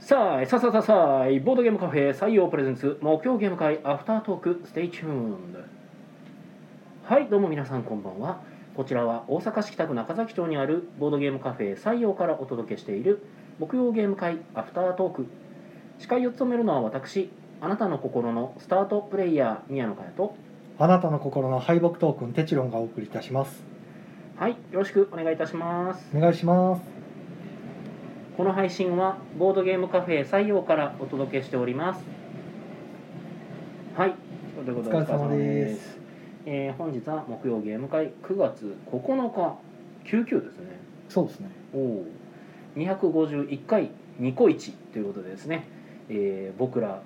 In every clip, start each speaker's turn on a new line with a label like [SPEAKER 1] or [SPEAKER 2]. [SPEAKER 1] さあ、さあさあさあさあ、ボードゲームカフェ採用プレゼンツ、目標ゲーム会アフタートーク、ステイチューン。はい、どうも皆さん、こんばんは。こちらは大阪市北区中崎町にあるボードゲームカフェ採用からお届けしている木曜ゲーム会アフタートーク。司会を務めるのは私、あなたの心のスタートプレイヤー、宮野佳代と。
[SPEAKER 2] あなたの心の敗北トークンテチロンがお送りいたします
[SPEAKER 1] はい、よろしくお願いいたします。
[SPEAKER 2] お願いします
[SPEAKER 1] この配信はボードゲームカフェ採用からお届けしておりますはいということで
[SPEAKER 2] お疲れ様です
[SPEAKER 1] えー本日は木曜ゲーム会9月9日99ですね
[SPEAKER 2] そうですね
[SPEAKER 1] おお251回ニコイチということでですね、えー僕ら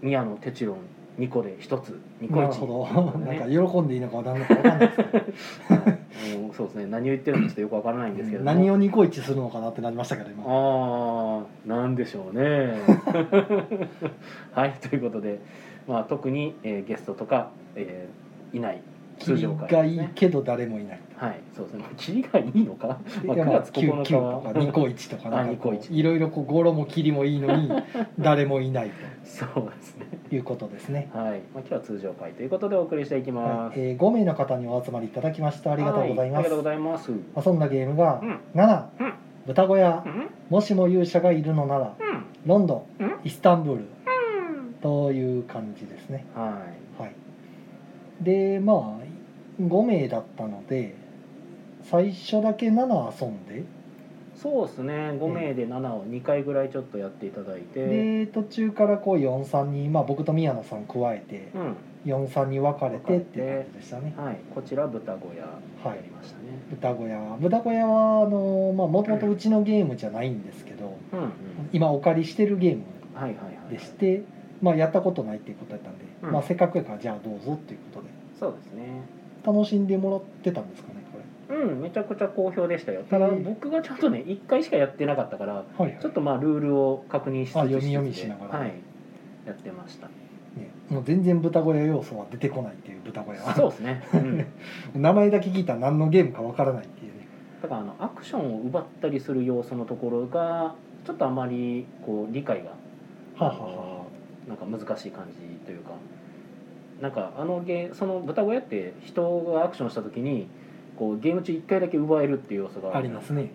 [SPEAKER 1] 宮野哲郎ニコで一つニコイ
[SPEAKER 2] なる
[SPEAKER 1] チ
[SPEAKER 2] ほど、
[SPEAKER 1] ね
[SPEAKER 2] なんか喜んでいいのか何なのか分かんないですけ
[SPEAKER 1] はいもうそうですね何を言ってるのかちょっとよくわからないんですけれ
[SPEAKER 2] ど
[SPEAKER 1] ども
[SPEAKER 2] 何をニコイチするのかなってなりましたけど今
[SPEAKER 1] ああなんでしょう ねはいということで、まあ、特に、えーゲストとか、えーいない
[SPEAKER 2] キ
[SPEAKER 1] 通
[SPEAKER 2] リ
[SPEAKER 1] 常会
[SPEAKER 2] が
[SPEAKER 1] で
[SPEAKER 2] い
[SPEAKER 1] す
[SPEAKER 2] い
[SPEAKER 1] ね
[SPEAKER 2] けど誰もいない
[SPEAKER 1] はいそうですねキリがいいのか、まあ、
[SPEAKER 2] い
[SPEAKER 1] 9
[SPEAKER 2] やまあ
[SPEAKER 1] 月9
[SPEAKER 2] 9
[SPEAKER 1] 日は
[SPEAKER 2] とかニコイチとかなんかこ
[SPEAKER 1] あ
[SPEAKER 2] う
[SPEAKER 1] ニコイチ
[SPEAKER 2] いろいろこうゴロもキリもい いのに誰もいない
[SPEAKER 1] そうですね
[SPEAKER 2] ということですね
[SPEAKER 1] はい、まあ、今日は通常会ということでお送りしていきま
[SPEAKER 2] は
[SPEAKER 1] す、
[SPEAKER 2] い、えー、5名の方にお集まりいただきましたありがとうござい
[SPEAKER 1] はあ
[SPEAKER 2] ま
[SPEAKER 1] りが
[SPEAKER 2] す
[SPEAKER 1] とうございますうん
[SPEAKER 2] 遊んだゲームが
[SPEAKER 1] うん
[SPEAKER 2] 7
[SPEAKER 1] うん
[SPEAKER 2] 豚小屋
[SPEAKER 1] うん
[SPEAKER 2] もしも勇者がいるのならロンド
[SPEAKER 1] うん
[SPEAKER 2] ンイスタンブール
[SPEAKER 1] うん
[SPEAKER 2] という感じですね
[SPEAKER 1] はい
[SPEAKER 2] はいでまあ5名だったので最初だけ7遊んで、
[SPEAKER 1] そうですね5名で7を2回ぐらいちょっとやっていただいて
[SPEAKER 2] で途中からこう43に、まあ、僕と宮野さん加えて
[SPEAKER 1] うん
[SPEAKER 2] 43に分かれてっていう感じでしたね
[SPEAKER 1] はい、こちら豚小屋やりましたね、
[SPEAKER 2] 豚小屋豚小屋はあのまあもともとうちのゲームじゃないんですけど
[SPEAKER 1] うんうん
[SPEAKER 2] 今お借りしてるゲーム
[SPEAKER 1] はいはいはい
[SPEAKER 2] でして、まあ、やったことないっていうことやったんで、
[SPEAKER 1] うん
[SPEAKER 2] まあ、せっかくやからじゃあどうぞっていうことで
[SPEAKER 1] そうですね
[SPEAKER 2] 楽しんでもらってたんですかねこれ
[SPEAKER 1] うんめちゃくちゃ好評でしたよただ
[SPEAKER 2] うん
[SPEAKER 1] 僕がちょっとね1回しかやってなかったから
[SPEAKER 2] はいはい
[SPEAKER 1] ちょっとまあルールを確認しつつ
[SPEAKER 2] あ読み
[SPEAKER 1] つつで
[SPEAKER 2] 読みしながら
[SPEAKER 1] はいやってました
[SPEAKER 2] ね、もう全然豚小屋要素は出てこないっていう豚小屋は
[SPEAKER 1] そうです ね、うん、だ
[SPEAKER 2] 名前だけ聞いたら何のゲームかわからないっていうね
[SPEAKER 1] からあのアクションを奪ったりする要素のところがちょっとあまりこう理解が
[SPEAKER 2] はあ、はあは
[SPEAKER 1] なんか難しい感じというかなんかあのゲーその豚小屋って人がアクションした時にこうゲーム中1回だけ奪えるっていう要素が
[SPEAKER 2] あ、ありますね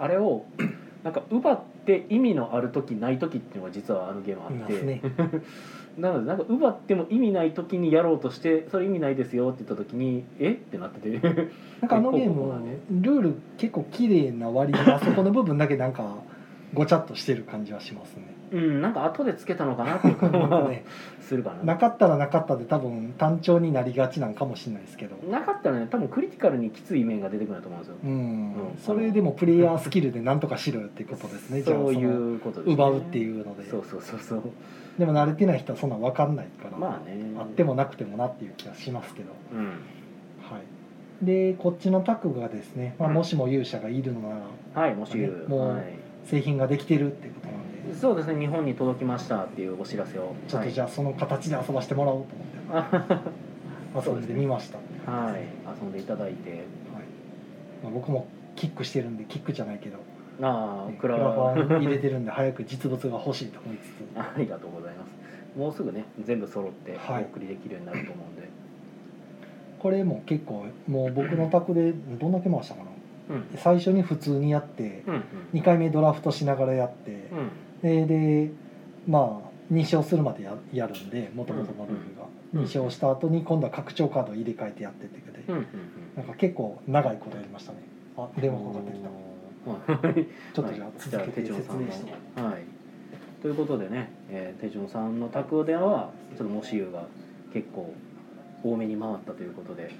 [SPEAKER 1] あれをなんか奪って意味のある時ない時っていうのが実はあのゲームあ
[SPEAKER 2] あり
[SPEAKER 1] っ
[SPEAKER 2] ま
[SPEAKER 1] て
[SPEAKER 2] すね
[SPEAKER 1] なのでなんか奪っても意味ない時にやろうとしてそれ意味ないですよって言った時にえってなってて
[SPEAKER 2] なんかあのゲー
[SPEAKER 1] こ
[SPEAKER 2] ム
[SPEAKER 1] こはね
[SPEAKER 2] ルール結構綺麗な割 にあそこの部分だけなんかごちゃっとしてる感じはしますね
[SPEAKER 1] うんなんか後でつけたのかなっていう感じ
[SPEAKER 2] なんか
[SPEAKER 1] は
[SPEAKER 2] ね
[SPEAKER 1] するかな
[SPEAKER 2] なかったらなかったで多分単調になりがちなんかもしれないですけど
[SPEAKER 1] なかったらね多分クリティカルにきつい面が出てくるんだと思うんですよ
[SPEAKER 2] うん、
[SPEAKER 1] うん
[SPEAKER 2] それでもプレイヤースキルでなんとかしろよっていうことですねじゃあ
[SPEAKER 1] そうい
[SPEAKER 2] その
[SPEAKER 1] うことです、ね、
[SPEAKER 2] 奪うって
[SPEAKER 1] う
[SPEAKER 2] いうので
[SPEAKER 1] そうそうそうそう
[SPEAKER 2] でも慣れてない人はそんなん分かんないから、
[SPEAKER 1] まあね
[SPEAKER 2] あってもなくてもなっていう気がしますけど、
[SPEAKER 1] うん
[SPEAKER 2] はい、でこっちのタクがですね、まあ、
[SPEAKER 1] うん
[SPEAKER 2] もしも勇者がいるのなら
[SPEAKER 1] はいもし言う、
[SPEAKER 2] ねもう
[SPEAKER 1] はい、
[SPEAKER 2] 製品ができてるっていうことなんで
[SPEAKER 1] そうですね日本に届きましたっていうお知らせを
[SPEAKER 2] ちょっとじゃあその形で遊ばせてもらおうと思
[SPEAKER 1] はい
[SPEAKER 2] って遊んでみました、
[SPEAKER 1] はい、遊んでいただいて、
[SPEAKER 2] はいまあ、僕もキックしてるんでキックじゃないけど、
[SPEAKER 1] ああ、
[SPEAKER 2] ね
[SPEAKER 1] クラ
[SPEAKER 2] クラフ
[SPEAKER 1] バー
[SPEAKER 2] ァン入れてるんで早く実物が欲しいと思いつつ
[SPEAKER 1] ありがとうございます。もうすぐね、全部揃ってお
[SPEAKER 2] はい
[SPEAKER 1] 送りできるようになると思うんで、
[SPEAKER 2] これも結構もう僕の卓でどんだけ回したかな
[SPEAKER 1] うん、
[SPEAKER 2] 最初に普通にやって
[SPEAKER 1] うん、
[SPEAKER 2] 2回目ドラフトしながらやって
[SPEAKER 1] うん、うん、
[SPEAKER 2] ででまあ2勝するまでややるんでもともとのルールが
[SPEAKER 1] うん
[SPEAKER 2] 2勝した後に今度は拡張カードを入れ替えてやってってくれて
[SPEAKER 1] うん、うん、
[SPEAKER 2] なんか結構長いことやりましたねあ電話かかってきた
[SPEAKER 1] た。はい、
[SPEAKER 2] ちょっとじゃあ続けて
[SPEAKER 1] はいじゃあ手順
[SPEAKER 2] 説
[SPEAKER 1] さんの
[SPEAKER 2] 明して
[SPEAKER 1] はい。ということでね、えー、手順さんの宅では、ちょっともしゆが結構多めに回ったということで。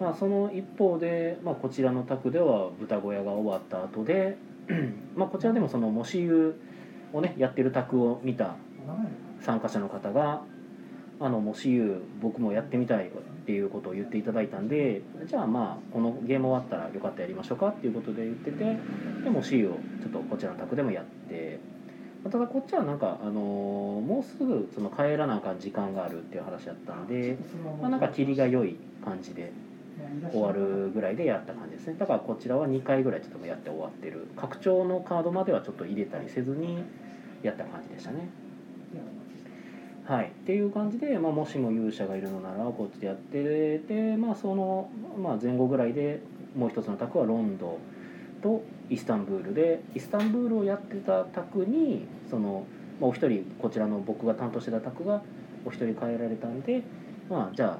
[SPEAKER 1] まあ、その一方で、まあ、こちらの宅では豚小屋が終わった後で まあこちらでもそのもしゆをねやってる宅を見た参加者の方が「あのもしゆ僕もやってみたい」っていうことを言っていただいたんでじゃあまあこのゲーム終わったらよかったらやりましょうかっていうことで言っててでもしゆをちょっとこちらの宅でもやって。まあただこっちはなんか、あのーもうすぐその帰らなあかん時間があるっていう話だったんで、まあ、なんか霧が良い感じで終わるぐらいでやった感じですねだからこちらは2回ぐらいちょっともうやって終わってる拡張のカードまではちょっと入れたりせずにやった感じでしたねはいっていう感じで、まあ、もしも勇者がいるのならこっちでやってで、まあ、その、まあ、前後ぐらいでもう一つの卓はロンドとイスタンブールでイスタンブールをやってた卓にその、まあ、お一人こちらの僕が担当してた卓がお一人変えられたんで、まあ、じゃ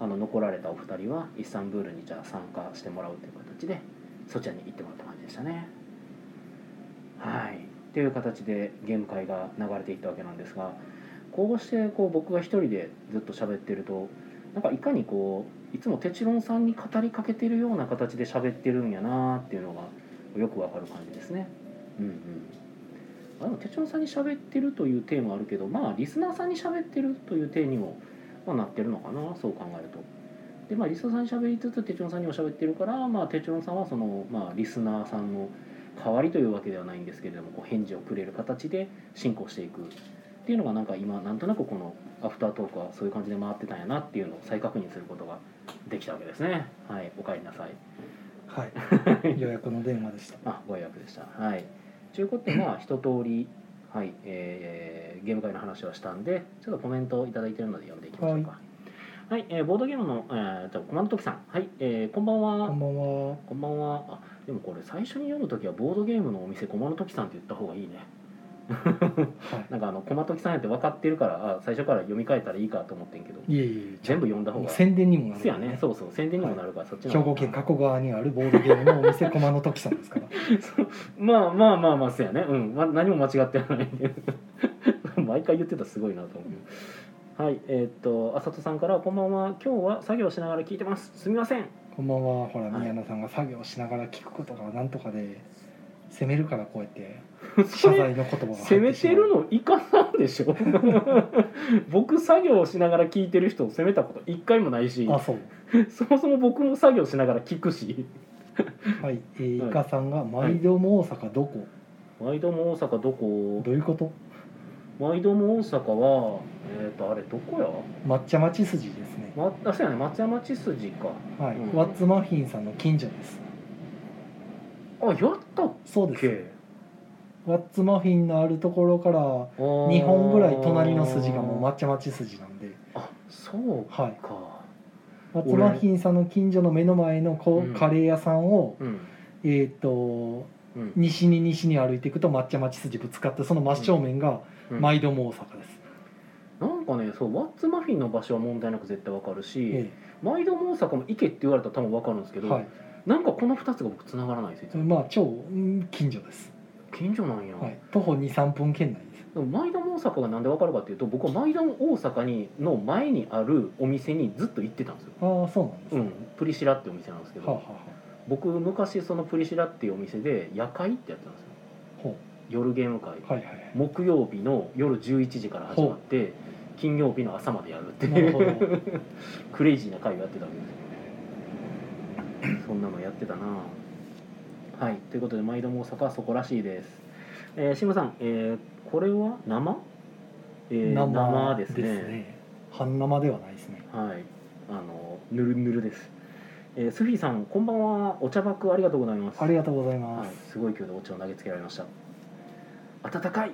[SPEAKER 1] ああの残られたお二人はイスタンブールにじゃあ参加してもらうという形でそちらに行ってもらった感じでしたね。はいっていう形でゲーム会が流れていったわけなんですがこうしてこう僕が一人でずっと喋ってるとなんかいかにこういつもテチロンさんに語りかけてるような形で喋ってるんやなーっていうのがよくわかる感じですね。うんうんあでも手帳さんに喋ってるという体もあるけどまあリスナーさんに喋ってるという体にも、まあ、なってるのかなそう考えると。でまあリスナーさんに喋りつつ手帳さんにも喋ってるから、まあ、手帳さんはその、まあ、リスナーさんの代わりというわけではないんですけれどもこう返事をくれる形で進行していくっていうのがなんか今なんとなくこのアフタートークはそういう感じで回ってたんやなっていうのを再確認することができたわけですね。はい、お帰りなさい。
[SPEAKER 2] はい、予約の電話でした。
[SPEAKER 1] あご予約でした。はい。ということでまあ一通りはい、えーゲーム会の話はしたんでちょっとコメントをいただいてるので読んでいきましょうか。はい、えーボードゲームのえーとコマンド時さんはい、えーこんばんは。
[SPEAKER 2] こんばんは。
[SPEAKER 1] こんばんは。あ、でもこれ最初に読むときはボードゲームのお店駒の時さんって言った方がいいね。
[SPEAKER 2] は
[SPEAKER 1] なんかあの駒時さんやって分かってるからあ最初から読み替えたらいいかと思ってんけど。
[SPEAKER 2] い。いえいえいえ。
[SPEAKER 1] 全部読んだ方
[SPEAKER 2] もう
[SPEAKER 1] が。
[SPEAKER 2] 宣伝にもなる、
[SPEAKER 1] そうやね。そうそう宣伝にもなるからそっちの
[SPEAKER 2] 兵
[SPEAKER 1] 方が
[SPEAKER 2] 庫県加古川にあるボードゲームのお店駒の時さんですから。
[SPEAKER 1] まあまあまあまあそうやねうん、ま、何も間違ってはないけど 毎回言ってたらすごいなと思うはいえーっとあさとさんから「こんばんは今日は作業しながら聞いてますすみません
[SPEAKER 2] こんばんは。ほら
[SPEAKER 1] はい
[SPEAKER 2] 宮野さんが作業しながら聞くことがなんとかで責めるからこうやって」謝
[SPEAKER 1] それ
[SPEAKER 2] 罪の言葉が
[SPEAKER 1] 責めてるのいかなんでしょ 僕作業しながら聞いてる人を責めたこと一回もないし
[SPEAKER 2] あそう。
[SPEAKER 1] そもそも僕も作業しながら聞くし
[SPEAKER 2] はい。
[SPEAKER 1] は
[SPEAKER 2] えー、
[SPEAKER 1] い
[SPEAKER 2] イカさんが毎度も大阪どこ、
[SPEAKER 1] 毎度も大阪どこ
[SPEAKER 2] どういうこと？
[SPEAKER 1] 毎度も大阪はえーっとあれどこや、
[SPEAKER 2] 抹茶町筋ですね。
[SPEAKER 1] ま、あそうやね松山千筋か
[SPEAKER 2] はい。
[SPEAKER 1] うん
[SPEAKER 2] ワッツマフィンさんの近所です。
[SPEAKER 1] あやったっ
[SPEAKER 2] そうです。
[SPEAKER 1] け
[SPEAKER 2] ワッツマフィンのあるところから
[SPEAKER 1] 2
[SPEAKER 2] 2本ぐらい隣の筋がもう抹茶町筋なんで、
[SPEAKER 1] あそう
[SPEAKER 2] はい、
[SPEAKER 1] か
[SPEAKER 2] 松間品さんの近所の目の前のこう
[SPEAKER 1] うん
[SPEAKER 2] カレー屋さんを、
[SPEAKER 1] うん
[SPEAKER 2] えっ、と
[SPEAKER 1] うん
[SPEAKER 2] 西に西に歩いていくと抹茶町筋ぶつかってその真正面が
[SPEAKER 1] うん
[SPEAKER 2] 毎度も大阪です、
[SPEAKER 1] なんかねそうワッツマフィンの場所は問題なく絶対わかるし
[SPEAKER 2] え
[SPEAKER 1] 毎度大阪も行けって言われたら多分わかるんですけ
[SPEAKER 2] え
[SPEAKER 1] ど、
[SPEAKER 2] はい
[SPEAKER 1] なんかこの2つが僕繋がらないんですよいつも
[SPEAKER 2] まあ超うん近所です、
[SPEAKER 1] 近所なんや、
[SPEAKER 2] はい、徒歩23分圏内です
[SPEAKER 1] でも毎度大阪がなんでわかるかっていうと僕は毎度大阪にの前にあるお店にずっと行ってたんですよ、
[SPEAKER 2] ああそうなんです
[SPEAKER 1] う
[SPEAKER 2] ね、
[SPEAKER 1] ん、プリシラってお店なんですけど、
[SPEAKER 2] はあ、はあは
[SPEAKER 1] 僕昔そのプリシラっていうお店で夜会ってやってたんですよ
[SPEAKER 2] あ、ほ
[SPEAKER 1] 夜ゲーム会、
[SPEAKER 2] うはいはいはい
[SPEAKER 1] 木曜日の夜11時から始まって金曜日の朝までやるって
[SPEAKER 2] なるほど
[SPEAKER 1] いう クレイジーな会をやってたわけですよそんなのやってたなはいということで毎度大阪はそこらしいですえー、シムさん、えーこれは生、えー生ですね
[SPEAKER 2] 半生ではないですね
[SPEAKER 1] はいあのぬるぬるです、えースフィーさんこんばんはお茶バックありがとうございます
[SPEAKER 2] ありがとうございま
[SPEAKER 1] はい
[SPEAKER 2] す、、
[SPEAKER 1] すごい勢いでお茶を投げつけられました温かい、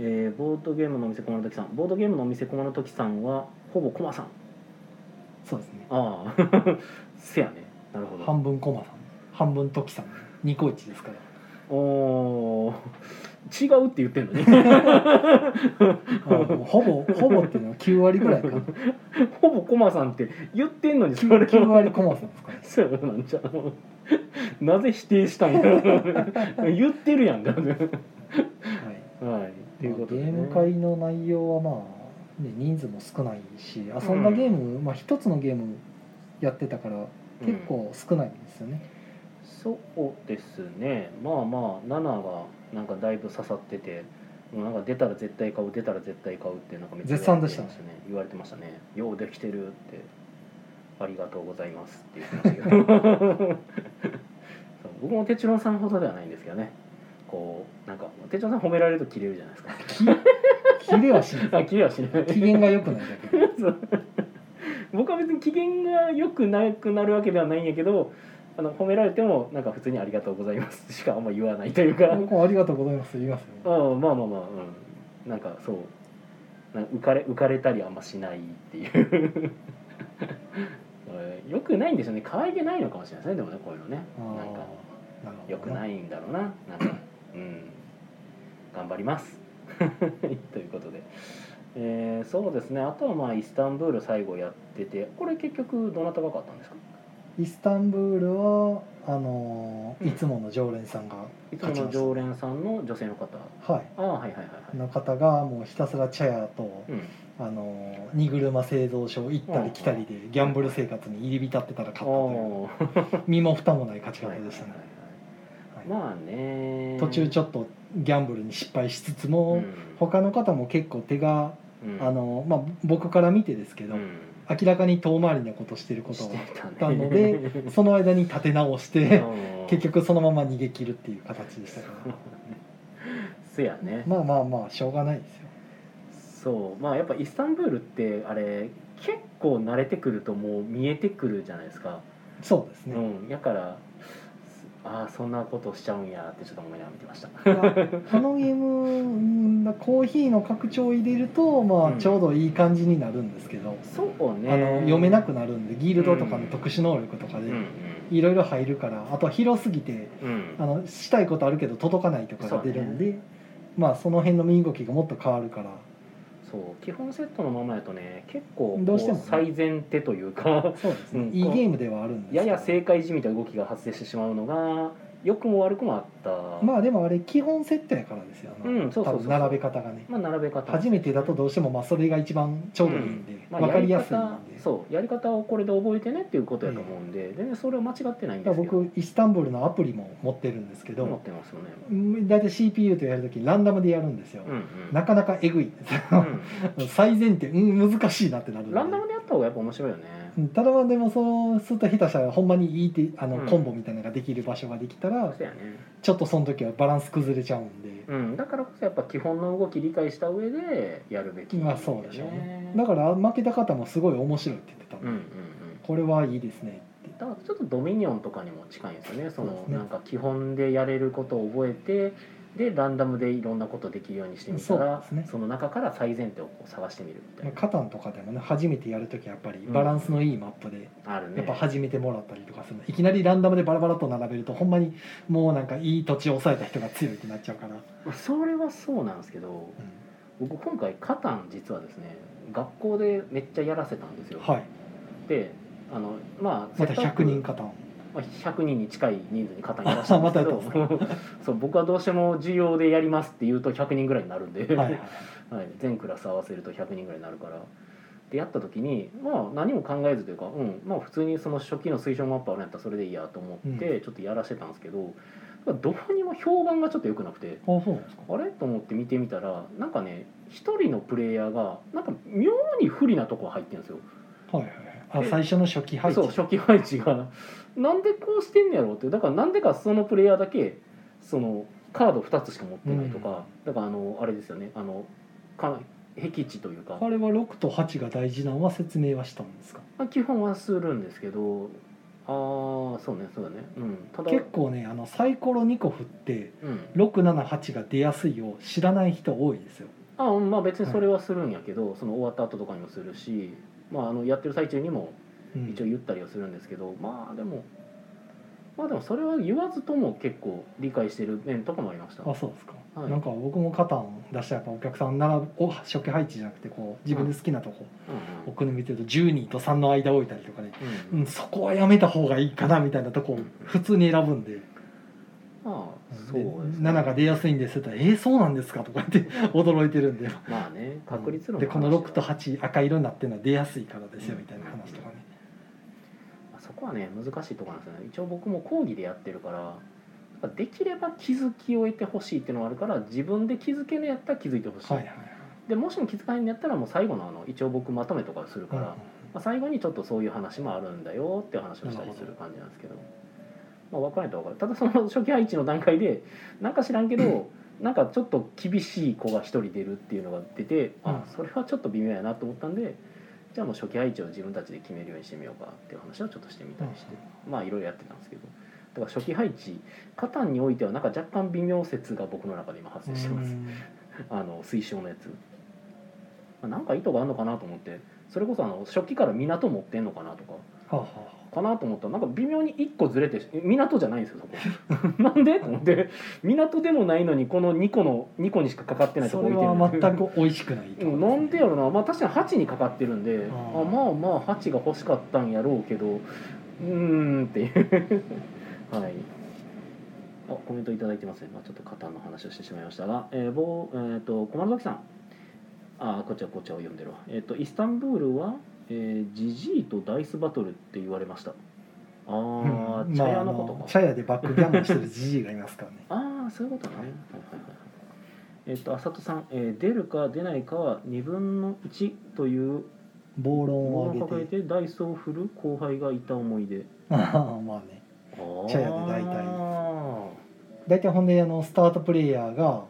[SPEAKER 1] えーボードゲームのお店駒の時さんボードゲームのお店駒の時さんはほぼ駒さん
[SPEAKER 2] そうですね
[SPEAKER 1] ああ せやねなるほど
[SPEAKER 2] 半分コマさん半分時さんニコイチですから
[SPEAKER 1] おー違うって言ってんの に
[SPEAKER 2] あのほぼほぼっていうのは9割ぐらいかな
[SPEAKER 1] ほぼ駒さんって言ってんのにそれ
[SPEAKER 2] 9
[SPEAKER 1] を
[SPEAKER 2] 割コマさんです から
[SPEAKER 1] そうなんちゃう なぜ否定したんや 言ってるやんか
[SPEAKER 2] はい
[SPEAKER 1] はいという
[SPEAKER 2] まあ
[SPEAKER 1] こと
[SPEAKER 2] ゲ
[SPEAKER 1] で、ね、
[SPEAKER 2] ーム会の内容はまあ、ね、人数も少ないし遊んだゲーム、まあ、一つのゲームやってたから
[SPEAKER 1] うん
[SPEAKER 2] 結構少ないんですよね、
[SPEAKER 1] そうですねまあまあ7がなんかだいぶ刺さっててもうなんか出たら絶対買う出たら絶対買うってなんかめっちゃ
[SPEAKER 2] 絶賛でしたね
[SPEAKER 1] 言われてましたねようできてるってありがとうございますって言ってま したけどそう僕も哲郎さんほどではないんですけどねこうなんか哲郎さん褒められるとキレるじゃない です
[SPEAKER 2] キレはしない
[SPEAKER 1] かあキレはしない
[SPEAKER 2] 機嫌が良くないだけで
[SPEAKER 1] そう僕は別に機嫌が良くなくなるわけではないんやけどあの褒められてもなんか普通に「ありがとうございます」しかあんま言わないというかあ
[SPEAKER 2] 僕もありがとうございます言います
[SPEAKER 1] あ
[SPEAKER 2] よ
[SPEAKER 1] まあまあまあうんなんかそうなんか浮かれ浮かれたりあんましないっていう よくないんですよね可愛げないのかもしれないですねでもねこういうのね
[SPEAKER 2] あー
[SPEAKER 1] なんか
[SPEAKER 2] なるほど
[SPEAKER 1] 良く
[SPEAKER 2] い
[SPEAKER 1] ないんだろうななん かうん頑張ります ということで、えーそうですねあとはまあイスタンブール最後やっててこれ結局どなたが勝ったんですか
[SPEAKER 2] イスタンブールはあのー
[SPEAKER 1] うん
[SPEAKER 2] いつもの常連さんが
[SPEAKER 1] いつもの常連さんの女性の方
[SPEAKER 2] は
[SPEAKER 1] ああはいはいはい
[SPEAKER 2] い
[SPEAKER 1] はい
[SPEAKER 2] の方がもうひたすらチェアと、
[SPEAKER 1] うん
[SPEAKER 2] あのー荷車製造所行ったり来たりでギャンブル生活に入り浸ってたら勝ったと
[SPEAKER 1] おー
[SPEAKER 2] いう身も蓋もない勝ち方
[SPEAKER 1] はいはいは
[SPEAKER 2] で
[SPEAKER 1] い
[SPEAKER 2] したね、はい
[SPEAKER 1] まあね
[SPEAKER 2] 途中ち
[SPEAKER 1] ょっ
[SPEAKER 2] ょっとギャンブルに失敗しつつも、他の方も結構手が、あのまあ、僕から見てですけど、明らかに遠回りなことしてることを
[SPEAKER 1] してたね
[SPEAKER 2] たので その間に立て 直して
[SPEAKER 1] うん
[SPEAKER 2] 結局そのまま逃げ切るっていう形でしたから
[SPEAKER 1] そやね
[SPEAKER 2] まあまあまあしょうがないですよ
[SPEAKER 1] そうまあやっぱイスタンブールってあれ結構慣れてくるともう見えてくるじゃないですか、
[SPEAKER 2] そうです
[SPEAKER 1] う
[SPEAKER 2] ね、
[SPEAKER 1] んやからああそんなことしちゃうんやってちょっと思いながら見てました
[SPEAKER 2] まあこのゲームうんコーヒーの拡張を入れると、ま
[SPEAKER 1] う
[SPEAKER 2] あ、
[SPEAKER 1] ん
[SPEAKER 2] ちょうどいい感じになるんですけど、
[SPEAKER 1] そうね
[SPEAKER 2] あの読めなくなるんでギルドとかの特殊能力とか
[SPEAKER 1] う
[SPEAKER 2] で
[SPEAKER 1] ん
[SPEAKER 2] いろいろ入るからあとは広すぎて
[SPEAKER 1] うんうん
[SPEAKER 2] あのしたいことあるけど届かないとかが出るんで、まあその辺の身動きがもっと変わるから
[SPEAKER 1] そう基本セットのままやとね結構
[SPEAKER 2] どうしてもね
[SPEAKER 1] こ最前手という か
[SPEAKER 2] そうですね、
[SPEAKER 1] うん
[SPEAKER 2] いいゲームではあるんですけど
[SPEAKER 1] やや正解じみた動きが発生してしまうのが良くも悪くもあった
[SPEAKER 2] まあでもあれ基本セットやからですよ、あの
[SPEAKER 1] うんそうそうそう
[SPEAKER 2] 多分並べ方がね
[SPEAKER 1] まあ並べ方
[SPEAKER 2] 初めてだとどうしてもまあそれが一番ちょうどいいんで、
[SPEAKER 1] まあ
[SPEAKER 2] 分かりやすいんで、
[SPEAKER 1] やり方そうやり方をこれで覚えてねっていうことやと思うんで、全然それは間違ってないんで
[SPEAKER 2] だから
[SPEAKER 1] すけど
[SPEAKER 2] 僕イスタンブールのアプリも持ってるんですけ
[SPEAKER 1] 思っ
[SPEAKER 2] ど、
[SPEAKER 1] てますよね
[SPEAKER 2] うん、だいたい CPU とやるときランダムでやるんですよ、
[SPEAKER 1] うんうん
[SPEAKER 2] なかなかえぐいんですよ、 最前提、うん、難しいなってなる
[SPEAKER 1] うんん
[SPEAKER 2] で
[SPEAKER 1] ランダムでやった方がやっぱ面白いよね
[SPEAKER 2] うんただまあでもそのすると下手したらほんまにいいてあの、
[SPEAKER 1] うん
[SPEAKER 2] コンボみたいなのができる場所ができたら
[SPEAKER 1] そうやね、
[SPEAKER 2] ちょっとその時はバランス崩れちゃうんで、
[SPEAKER 1] うん、だからこそやっぱ基本の動き理解した上でやるべき
[SPEAKER 2] まあそうでしょうねだ
[SPEAKER 1] だか
[SPEAKER 2] から負けた方もすごい面白いって言ってたんで、
[SPEAKER 1] らうんうん
[SPEAKER 2] これはいいですねって
[SPEAKER 1] うんだからちょっとドミニオンとかにも近いんですよねそ
[SPEAKER 2] そうで
[SPEAKER 1] の
[SPEAKER 2] すね
[SPEAKER 1] なんか基本でやれることを覚えてでランダムでいろんなことできるようにしてみた
[SPEAKER 2] そう
[SPEAKER 1] ら
[SPEAKER 2] です
[SPEAKER 1] そ,、
[SPEAKER 2] ね
[SPEAKER 1] の中から最前提をこう探してみるみた
[SPEAKER 2] ま
[SPEAKER 1] い
[SPEAKER 2] あカタンとかでもね初めてやる時はやっぱりバランスのいいマップで
[SPEAKER 1] なあるね
[SPEAKER 2] やっぱ始めてもらったりとかするのいきなりランダムでバラバラと並べるとほんまにもうなんかいい土地を抑えた人が強いってなっちゃうから、
[SPEAKER 1] まあそれはそうなんですけど
[SPEAKER 2] う
[SPEAKER 1] 僕今回カタン実はですね学校でめっちゃやらせたんですよ、
[SPEAKER 2] んはい
[SPEAKER 1] であのまあ
[SPEAKER 2] また
[SPEAKER 1] せっかく
[SPEAKER 2] 100人カタン
[SPEAKER 1] まあ100人に近い人数にカタンやらせたんですけ
[SPEAKER 2] また
[SPEAKER 1] ど そう僕はどうしても需要でやりますって言うと100人ぐらいになるんで、
[SPEAKER 2] はいはい
[SPEAKER 1] はい全クラス合わせると100人ぐらいになるからでやった時にまあ何も考えずというか、うんまあ、普通にその初期の推奨マップあるんやったらそれでいいやと思ってちょっとやらせたんですけど、どこにも評判がちょっと良くなくて。
[SPEAKER 2] あそうなんですか
[SPEAKER 1] あれと思って見てみたらなんかね一人のプレイヤーがなんか妙に不利なとこ入ってるんですよ、
[SPEAKER 2] はいはいはいあ最初の初期配置
[SPEAKER 1] そう初期配置がなんでこうしてんのやろうってだからなんでかそのプレイヤーだけそのカード2つしか持ってないとか、だからあのあれですよねあのか僻地というか
[SPEAKER 2] あれは6と8が大事なのは説明はしたんですか
[SPEAKER 1] まあ基本はするんですけどああそうねそうだねうんただ
[SPEAKER 2] 結構ねあのサイコロ2個振って
[SPEAKER 1] うん、
[SPEAKER 2] 678が出やすいよう知らない人多いですよ
[SPEAKER 1] あうんまあ別にそれはするんやけど、その終わった後とかにもするし、まあ、あのやってる最中にも
[SPEAKER 2] うん
[SPEAKER 1] 一応言ったりはするんですけど、まあでもまあでもそれは言わずとも結構理解してる面とかもありました
[SPEAKER 2] あそうですか、
[SPEAKER 1] はい
[SPEAKER 2] なんか僕もカタン出したらやっぱお客さん並ぶお初期配置じゃなくてこう自分で好きなとこ
[SPEAKER 1] うんうん
[SPEAKER 2] 奥に見てると10人と3の間置いたりとかね、
[SPEAKER 1] う
[SPEAKER 2] うんん、そこはやめた方がいいかなみたいなとこを普通に選ぶんで
[SPEAKER 1] まあそう
[SPEAKER 2] で
[SPEAKER 1] ですね
[SPEAKER 2] 7が出やすいんですって言ったら「えー、そうなんですか?」とかって 驚いてるんで
[SPEAKER 1] まあね確率論
[SPEAKER 2] でこの
[SPEAKER 1] 話は
[SPEAKER 2] 6と8赤色になってるのは出やすいからですよ
[SPEAKER 1] うん
[SPEAKER 2] みたいな話とかね
[SPEAKER 1] そこはね難しいところなんですよね一応僕も講義でやってるからやっぱできれば気づきを得てほしいっていうのがあるから自分で気づけるやったら気づいてほしい、
[SPEAKER 2] はいはいはい
[SPEAKER 1] でもしも気づかないんだったらもう最後のあの一応僕まとめとかするから、
[SPEAKER 2] うん
[SPEAKER 1] まあ、最後にちょっとそういう話もあるんだよっていう話をしたりする感じなんですけどまあ、分からないと分かるただその初期配置の段階でなんか知らんけどなんかちょっと厳しい子が一人出るっていうのが出て、
[SPEAKER 2] うん
[SPEAKER 1] あそれはちょっと微妙やなと思ったんでじゃあもう初期配置を自分たちで決めるようにしてみようかっていう話をちょっとしてみたりして、まあいろいろやってたんですけどだから初期配置カタンにおいてはなんか若干微妙説が僕の中で今発生してます、あの推奨のやつ、まあ、なんか意図があるのかなと思ってそれこそあの初期から港持ってんのかなとか
[SPEAKER 2] はあはあ
[SPEAKER 1] かなと思ったらなんか微妙に1個ずれてえ港じゃないんですよそ こなんでと思って港でもないのにこの2個の2個にしかかかってないと
[SPEAKER 2] そ
[SPEAKER 1] こ置
[SPEAKER 2] れ
[SPEAKER 1] いてる
[SPEAKER 2] は全く美味しくないと
[SPEAKER 1] うんなんでやろなまあ確かに8にかかってるんで
[SPEAKER 2] あ
[SPEAKER 1] あ
[SPEAKER 2] ー
[SPEAKER 1] まあまあ8が欲しかったんやろうけどうーんっていう はいあコメントいただいてますね、まあ、ちょっと肩の話をしてしまいましたが、えーぼうえー、と駒崎さんあーこっちはこっちは読んでるわえっ、とイスタンブールは、えー、ジジイとダイスバトルって言われましたああ、
[SPEAKER 2] うん
[SPEAKER 1] 茶
[SPEAKER 2] まあ
[SPEAKER 1] 屋
[SPEAKER 2] あ
[SPEAKER 1] のことか
[SPEAKER 2] の茶屋でバックギャモンしてるじじいがいますからね
[SPEAKER 1] ああそういうことね。はいはいはいはい。えっと浅戸さん、えー出るか出ないかは2分の1という
[SPEAKER 2] 暴論
[SPEAKER 1] も
[SPEAKER 2] を
[SPEAKER 1] のを掲
[SPEAKER 2] 上げ
[SPEAKER 1] げ
[SPEAKER 2] て
[SPEAKER 1] てダイソーを振る後輩がいた思い出。
[SPEAKER 2] ああ まあね茶屋で大体
[SPEAKER 1] あ
[SPEAKER 2] 大体ほんであのスタートプレイヤーが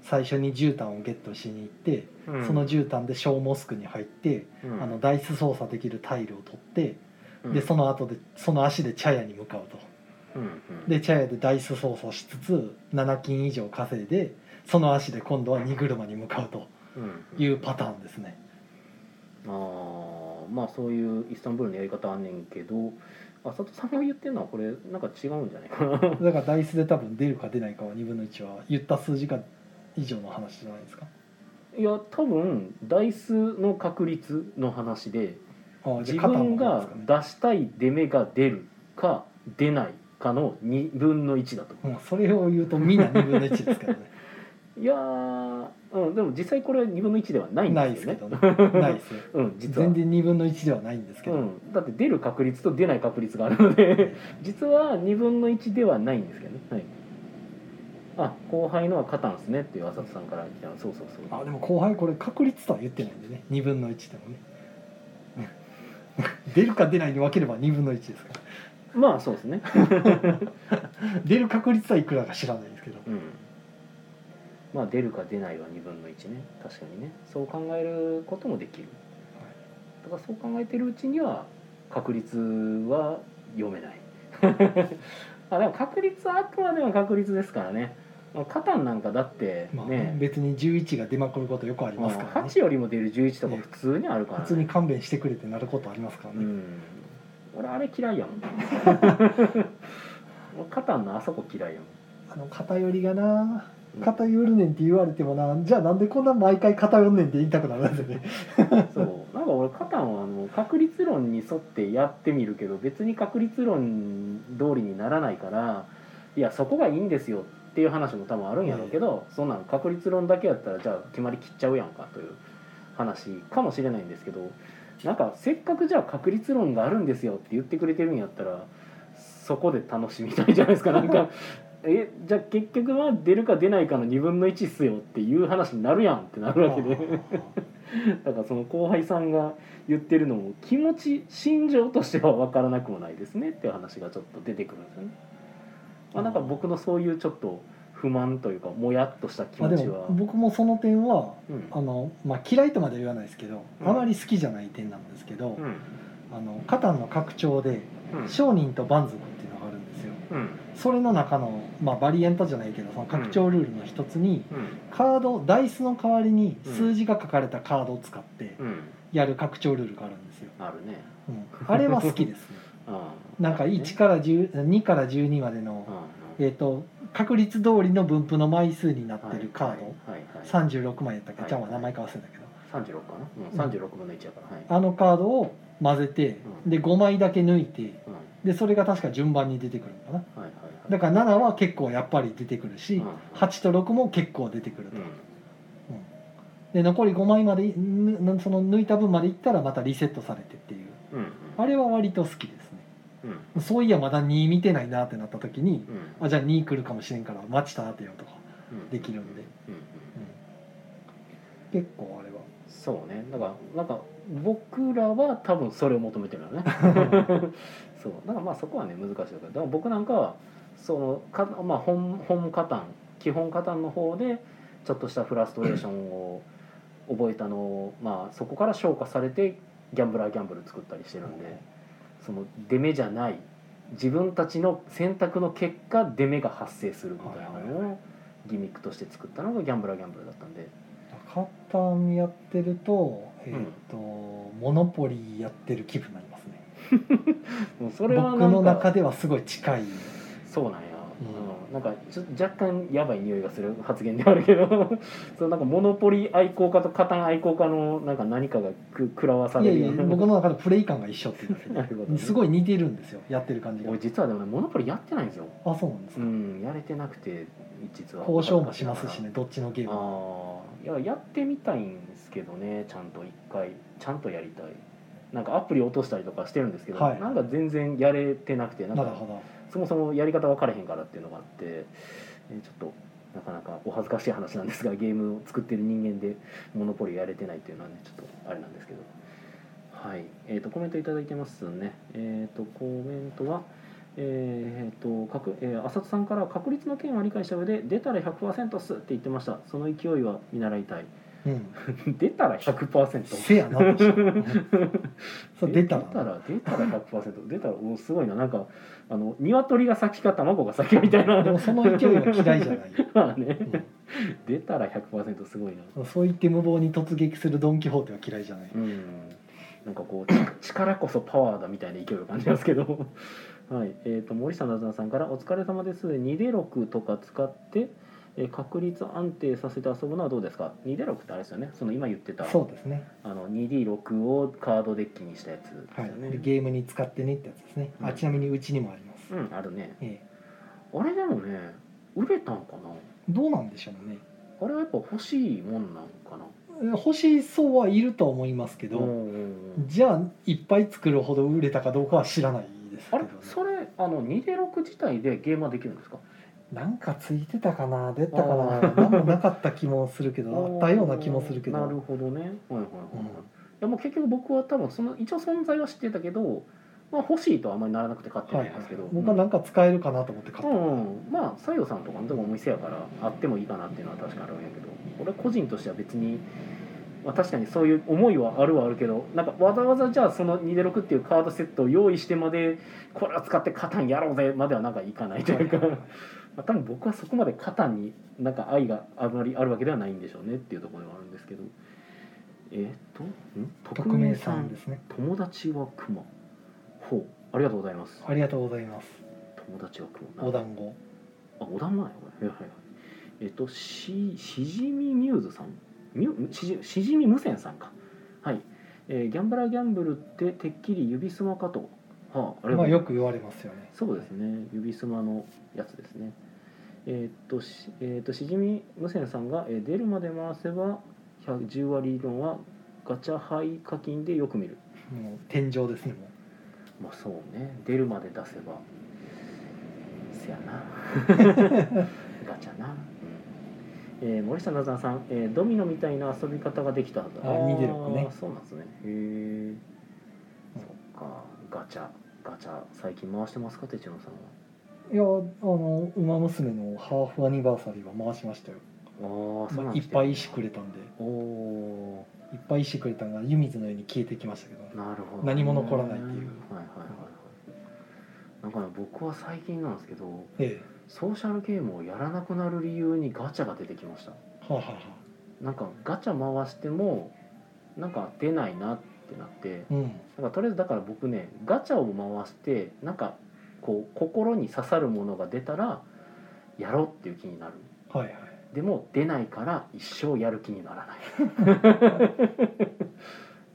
[SPEAKER 2] 最初に絨毯をゲットしに行って、
[SPEAKER 1] ーうん
[SPEAKER 2] その絨毯で小モスクに入って、
[SPEAKER 1] うん
[SPEAKER 2] あのダイス操作できるタイルを取って、
[SPEAKER 1] うん
[SPEAKER 2] でその後でその足で茶屋に向かうと
[SPEAKER 1] うんうん
[SPEAKER 2] で茶屋でダイス操作しつつ7金以上稼いでその足で今度は荷車に向かうと
[SPEAKER 1] うん
[SPEAKER 2] いうパターンですね
[SPEAKER 1] あーまあそういうイスタンブールのやり方あんねんけど浅戸さんが言ってるのはこれなんか違うんじゃないかな。
[SPEAKER 2] だからダイスで多分出るか出ないかは2分の1は言った数字か以上の話じゃないですか
[SPEAKER 1] いや多分ダイスの確率の話で。
[SPEAKER 2] ああ
[SPEAKER 1] 自
[SPEAKER 2] じゃあ肩
[SPEAKER 1] 分
[SPEAKER 2] もあ
[SPEAKER 1] が
[SPEAKER 2] るんですかね
[SPEAKER 1] 出したい出目が出るか出ないかの2分の1だと
[SPEAKER 2] うん、それを言うとみんな2分の1ですからね
[SPEAKER 1] いやー、うん、でも実際これは2分の1では ないん
[SPEAKER 2] な
[SPEAKER 1] で
[SPEAKER 2] いですす
[SPEAKER 1] よ
[SPEAKER 2] け
[SPEAKER 1] ね
[SPEAKER 2] どね ないですよ
[SPEAKER 1] うん実は
[SPEAKER 2] 全然2分の1ではないんですけど、
[SPEAKER 1] うん、だって出る確率と出ない確率があるので 実は2分の1ではないんですけどね、はい、あ後輩のはカタンですねっていう浅田さんから来たそうそうそう
[SPEAKER 2] あでも後輩これ確率とは言ってないんでね2分の1でもね 出るか出ないに分ければ2分の1ですから
[SPEAKER 1] まあそうですね
[SPEAKER 2] 出る確率はいくらか知らないですけど
[SPEAKER 1] うん、まあ出るか出ないは2分の1ね確かにねそう考えることもできる、
[SPEAKER 2] はい
[SPEAKER 1] だからそう考えてるうちには確率は読めない あでも確率はあくまでも確率ですからねまあカタンなんかだって
[SPEAKER 2] まあ、
[SPEAKER 1] ね,、
[SPEAKER 2] 別に11が出まくることよくあり
[SPEAKER 1] ま
[SPEAKER 2] ま
[SPEAKER 1] あ、
[SPEAKER 2] すからね
[SPEAKER 1] 8よりも出る11とか普通にあるから、ね
[SPEAKER 2] 普通に勘弁してくれってなることありますから
[SPEAKER 1] う
[SPEAKER 2] ね、
[SPEAKER 1] ん俺あれ嫌いやも ん俺カタンのあそこ嫌いやもん
[SPEAKER 2] あの偏りがな
[SPEAKER 1] うん
[SPEAKER 2] 偏るねんって言われてもなじゃあなんでこんな毎回偏るねんって言いたくなるんですよね
[SPEAKER 1] そうなんか俺カタンはあの確率論に沿ってやってみるけど別に確率論通りにならないからいやそこがいいんですよっていう話も多分あるんやろうけど、そんなん確率論だけやったらじゃあ決まりきっちゃうやんかという話かもしれないんですけどなんかせっかくじゃあ確率論があるんですよって言ってくれてるんやったらそこで楽しみたいじゃない ですかなんか。えじゃあ結局は出るか出ないかの2分の1っすよっていう話になるやんってなるわけでだからその後輩さんが言ってるのも気持ち心情としては分からなくもないですねっていう話がちょっと出てくるんですよね。まあ、なんか僕のそういうちょっと不満というかもやっとした気
[SPEAKER 2] まあ
[SPEAKER 1] 持
[SPEAKER 2] で
[SPEAKER 1] ちは
[SPEAKER 2] も、僕もその点は
[SPEAKER 1] うん
[SPEAKER 2] あの、まあ、嫌いとまでは言わないですけど、
[SPEAKER 1] うん
[SPEAKER 2] あまり好きじゃない点なんですけど、
[SPEAKER 1] うん
[SPEAKER 2] あのカタンの拡張で
[SPEAKER 1] うん
[SPEAKER 2] 商人と蛮族っていうのがあるんですよ
[SPEAKER 1] うん
[SPEAKER 2] それの中の、まあ、バリエントじゃないけどその拡張ルールの一つに、
[SPEAKER 1] うん
[SPEAKER 2] カードダイスの代わりに数字が書かれたカードを使って
[SPEAKER 1] うん
[SPEAKER 2] やる拡張ルールがあるんですよ、
[SPEAKER 1] あるね。
[SPEAKER 2] うん、あれは好 きですね
[SPEAKER 1] ああ
[SPEAKER 2] なんか1
[SPEAKER 1] ね
[SPEAKER 2] から10 2から12までの
[SPEAKER 1] あ、あ
[SPEAKER 2] えー、と確率通りの分布の枚数になってるカー
[SPEAKER 1] はい
[SPEAKER 2] ド、
[SPEAKER 1] はいはいはい、
[SPEAKER 2] 36枚やったっけ、
[SPEAKER 1] はい
[SPEAKER 2] じゃあ名前か忘れたけ
[SPEAKER 1] 36か
[SPEAKER 2] ど
[SPEAKER 1] な、うん、36分の1やからはい、
[SPEAKER 2] あのカードを混ぜて
[SPEAKER 1] うん
[SPEAKER 2] で5枚だけ抜いて
[SPEAKER 1] うんは
[SPEAKER 2] でそれが確か順番に出てくるのかない
[SPEAKER 1] はいはい
[SPEAKER 2] だから7は結構やっぱり出てくる
[SPEAKER 1] う
[SPEAKER 2] し
[SPEAKER 1] ん
[SPEAKER 2] 8と6も結構出てくると、
[SPEAKER 1] うん
[SPEAKER 2] うんで残り5枚までぬぬその抜いた分までいったらまたリセットされてっていう
[SPEAKER 1] うん
[SPEAKER 2] あれは割と好きですね
[SPEAKER 1] うん
[SPEAKER 2] そういやまだ2見てないなってなった時に
[SPEAKER 1] うん
[SPEAKER 2] あじゃあ2来るかもしれんから待ちたってよとか、
[SPEAKER 1] うん
[SPEAKER 2] できるんで
[SPEAKER 1] うんうん
[SPEAKER 2] うん結構あれは
[SPEAKER 1] そうねだからなんか僕らは多分それを求めてるよ ねそうだからまあそこはね難しいところだから僕なんかはそのか、まあ、本本加担基本加担の方でちょっとしたフラストレーションを覚えたのを、まあ、そこから消化されてギャンブラーギャンブル作ったりしてるんでその出目じゃない自分たちの選択の結果出目が発生するみたいな
[SPEAKER 2] はいはい
[SPEAKER 1] のをギミックとして作ったのがギャンブラーギャンブルだったんで
[SPEAKER 2] 簡単にやってると,、えーとモノポリーやってる気分になりますね
[SPEAKER 1] もうそ
[SPEAKER 2] 僕
[SPEAKER 1] れはなんか
[SPEAKER 2] の中ではすごい近い
[SPEAKER 1] そうなんや、うんなんかちょっと若干やばい匂いがする発言ではあるけど そのなんかモノポリ愛好家とカタン愛好家のなんか何かがく食らわ さ
[SPEAKER 2] いや
[SPEAKER 1] れる
[SPEAKER 2] い
[SPEAKER 1] よ
[SPEAKER 2] や
[SPEAKER 1] うな
[SPEAKER 2] 僕の中でプレイ感が一緒っていうだけ
[SPEAKER 1] なるほど
[SPEAKER 2] で
[SPEAKER 1] ね
[SPEAKER 2] すごい似てるんですよやってる感じが
[SPEAKER 1] 俺実はでもねモノポリやってないんですよ
[SPEAKER 2] あそうなんです
[SPEAKER 1] う
[SPEAKER 2] か、
[SPEAKER 1] んやれてなくて実は
[SPEAKER 2] 交渉もしますしねどっちのゲームも
[SPEAKER 1] ああいややってみたいんですけどねちゃんと一回ちゃんとやりたいなんかアプリ落としたりとかしてるんですけど、
[SPEAKER 2] はい
[SPEAKER 1] なんか全然やれてなくてなん
[SPEAKER 2] なる
[SPEAKER 1] か
[SPEAKER 2] ほど
[SPEAKER 1] そもそもやり方分からへんからっていうのがあって、えーちょっとなかなかお恥ずかしい話なんですがゲームを作ってる人間でモノポリやれてないっていうのはねちょっとあれなんですけどはいえー、とコメントいただいてますねえっ、とコメントはえーとかくえー浅田さんから確率の件は理解した上で出たら100%っすって言ってましたその勢いは見習い たい
[SPEAKER 2] うん
[SPEAKER 1] 出たら100%
[SPEAKER 2] せやなと そう出た
[SPEAKER 1] 出た
[SPEAKER 2] ら
[SPEAKER 1] ら出たら100%出たらおすごいななんかあの鶏が先か卵が先みたいな
[SPEAKER 2] でもその勢いは嫌いじゃ ない、
[SPEAKER 1] まあね、出たら100%すごいな。
[SPEAKER 2] うん、そう言って無謀に突撃するドン・キホーテは嫌いじゃない
[SPEAKER 1] うん。なんかこうち力こそパワーだみたいな勢いを感じますけど。はい。えっ、と森下なずなさんからお疲れ様です。2で6とか使って。えー確率安定させて遊ぶのはどうですか 2D6 ってあれですよねその今言ってた
[SPEAKER 2] そうですね
[SPEAKER 1] あの 2D6 をカードデッキにしたやつです
[SPEAKER 2] は
[SPEAKER 1] よ
[SPEAKER 2] い
[SPEAKER 1] ね、、
[SPEAKER 2] でゲームに使ってねってやつですね、
[SPEAKER 1] う
[SPEAKER 2] あ
[SPEAKER 1] ん
[SPEAKER 2] ちなみにうちにもあります、
[SPEAKER 1] うんあるね
[SPEAKER 2] ええ
[SPEAKER 1] あれでもね売れたんかな
[SPEAKER 2] どうなんでしょうね
[SPEAKER 1] あれはやっぱ欲しいもんなんかな
[SPEAKER 2] え欲しそうはいるとは思いますけど、
[SPEAKER 1] うんうんうん
[SPEAKER 2] じゃあいっぱい作るほど売れたかどうかは知らないですけ
[SPEAKER 1] あ
[SPEAKER 2] ど、
[SPEAKER 1] れ
[SPEAKER 2] ね、
[SPEAKER 1] それあの2で6自体でゲームはできるんですか
[SPEAKER 2] なんかついてたかな出たかな
[SPEAKER 1] あー
[SPEAKER 2] 何もなかった気もするけ どあったような気もするけど
[SPEAKER 1] なるほどねはいはいはい、はい
[SPEAKER 2] うん
[SPEAKER 1] いやもう結局僕は多分その一応存在は知ってたけど、まあ、欲しいとはあんまりならなくて買って
[SPEAKER 2] は
[SPEAKER 1] ないいんですけど、
[SPEAKER 2] 僕はなんか使えるかなと思って買
[SPEAKER 1] う
[SPEAKER 2] った、
[SPEAKER 1] ん、うん、まあ西洋さんとかのとこお店やからあってもいいかなっていうのは確かにあるんやけど俺個人としては別に、まあ、確かにそういう思いはあるはあるけどなんかわざわざじゃあその2で6っていうカードセットを用意してまでこれは使ってカタンやろうぜまではなんかいかないというか。まあ、多分僕はそこまで肩になんか愛があまりあるわけではないんでしょうねっていうところではあるんですけどえーっ、とん
[SPEAKER 2] 匿名さんですね
[SPEAKER 1] 友達はクマほうありがとうございます
[SPEAKER 2] ありがとうございます
[SPEAKER 1] 友達はクマ
[SPEAKER 2] お団子
[SPEAKER 1] あお団なんやこれはいはいはいえっとししじみミューズさんミュしじしじみ無線さんかはい、えーギャンブラーギャンブルっててっきり指すまかとはあありがとうござい
[SPEAKER 2] ま
[SPEAKER 1] ま
[SPEAKER 2] あ
[SPEAKER 1] す
[SPEAKER 2] よく言われますよね
[SPEAKER 1] そうですね、指すまのやつですね。えーっとし、えーっと、しじみ無線さんが、えー出るまで回せば。110割理論はガチャ廃課金でよく見る。
[SPEAKER 2] もう天井ですねも
[SPEAKER 1] まあ、そうね、出るまで出せば。せや な。ガチャな。うんえー森下なずなさん、えードミノみたいな遊び方ができたはず
[SPEAKER 2] あ
[SPEAKER 1] ー
[SPEAKER 2] 似てる子ね
[SPEAKER 1] そうなんですね。へえ。そっか、ガチャ、ガチャ、最近回してますか、てちのさんは。
[SPEAKER 2] ういやあの「ウマ娘」のハーフアニバーサリーは回しましたよ
[SPEAKER 1] ああ、そうなんで
[SPEAKER 2] いっ
[SPEAKER 1] すね
[SPEAKER 2] ぱい石くれたんで
[SPEAKER 1] おお
[SPEAKER 2] いっぱい石くれたんが湯水のように消えてきましたけど
[SPEAKER 1] ーなるほど、
[SPEAKER 2] 何も残らないっていう
[SPEAKER 1] はいはいはいはいなんかね僕は最近なんですけど
[SPEAKER 2] え
[SPEAKER 1] ソーシャルゲームをやらなくなる理由にガチャが出てきました
[SPEAKER 2] えはあ、はあは
[SPEAKER 1] なんかガチャ回してもなんか出ないなってなって
[SPEAKER 2] あ、うん
[SPEAKER 1] なんかとりあえずだから僕ねガチャを回してなんかこう心に刺さるものが出たらやろうっていう気になる
[SPEAKER 2] はいはい
[SPEAKER 1] でも出ないから一生やる気にならな い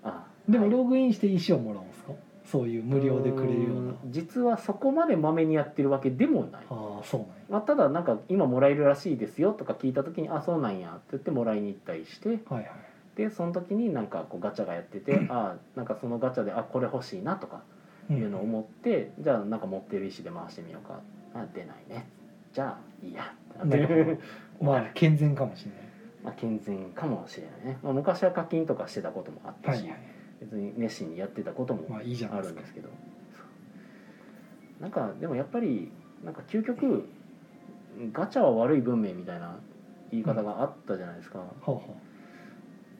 [SPEAKER 1] あ
[SPEAKER 2] でも
[SPEAKER 1] はい
[SPEAKER 2] ログインして石をもらうんですかそういう無料でくれるよう
[SPEAKER 1] ー
[SPEAKER 2] な
[SPEAKER 1] ん実はそこまでまめにやってるわけでもない、
[SPEAKER 2] ああそうなんや
[SPEAKER 1] まあ、ただなんか今もらえるらしいですよとか聞いた時にあそうなんやって言ってもらいに行ったりして
[SPEAKER 2] はいはい
[SPEAKER 1] でその時になんかこうガチャがやって てあなんかそのガチャであこれ欲しいなとか
[SPEAKER 2] うん
[SPEAKER 1] いうのを思って、じゃあなんか持ってる石で回してみようかあ出ないねじゃあいい やってなっ
[SPEAKER 2] なる
[SPEAKER 1] て
[SPEAKER 2] ま あ健全かもしれな
[SPEAKER 1] まあ健全かもしれないね、まあ、昔は課金とかしてたこともあった
[SPEAKER 2] い
[SPEAKER 1] し、
[SPEAKER 2] はいはい
[SPEAKER 1] 別に熱心にやってたことも
[SPEAKER 2] まあいいじゃない
[SPEAKER 1] あ
[SPEAKER 2] で
[SPEAKER 1] る
[SPEAKER 2] す
[SPEAKER 1] ん
[SPEAKER 2] か
[SPEAKER 1] ですけどなんかでもやっぱりなんか究極ガチャは悪い文明みたいな言い方があったじゃないですか、
[SPEAKER 2] ほうほ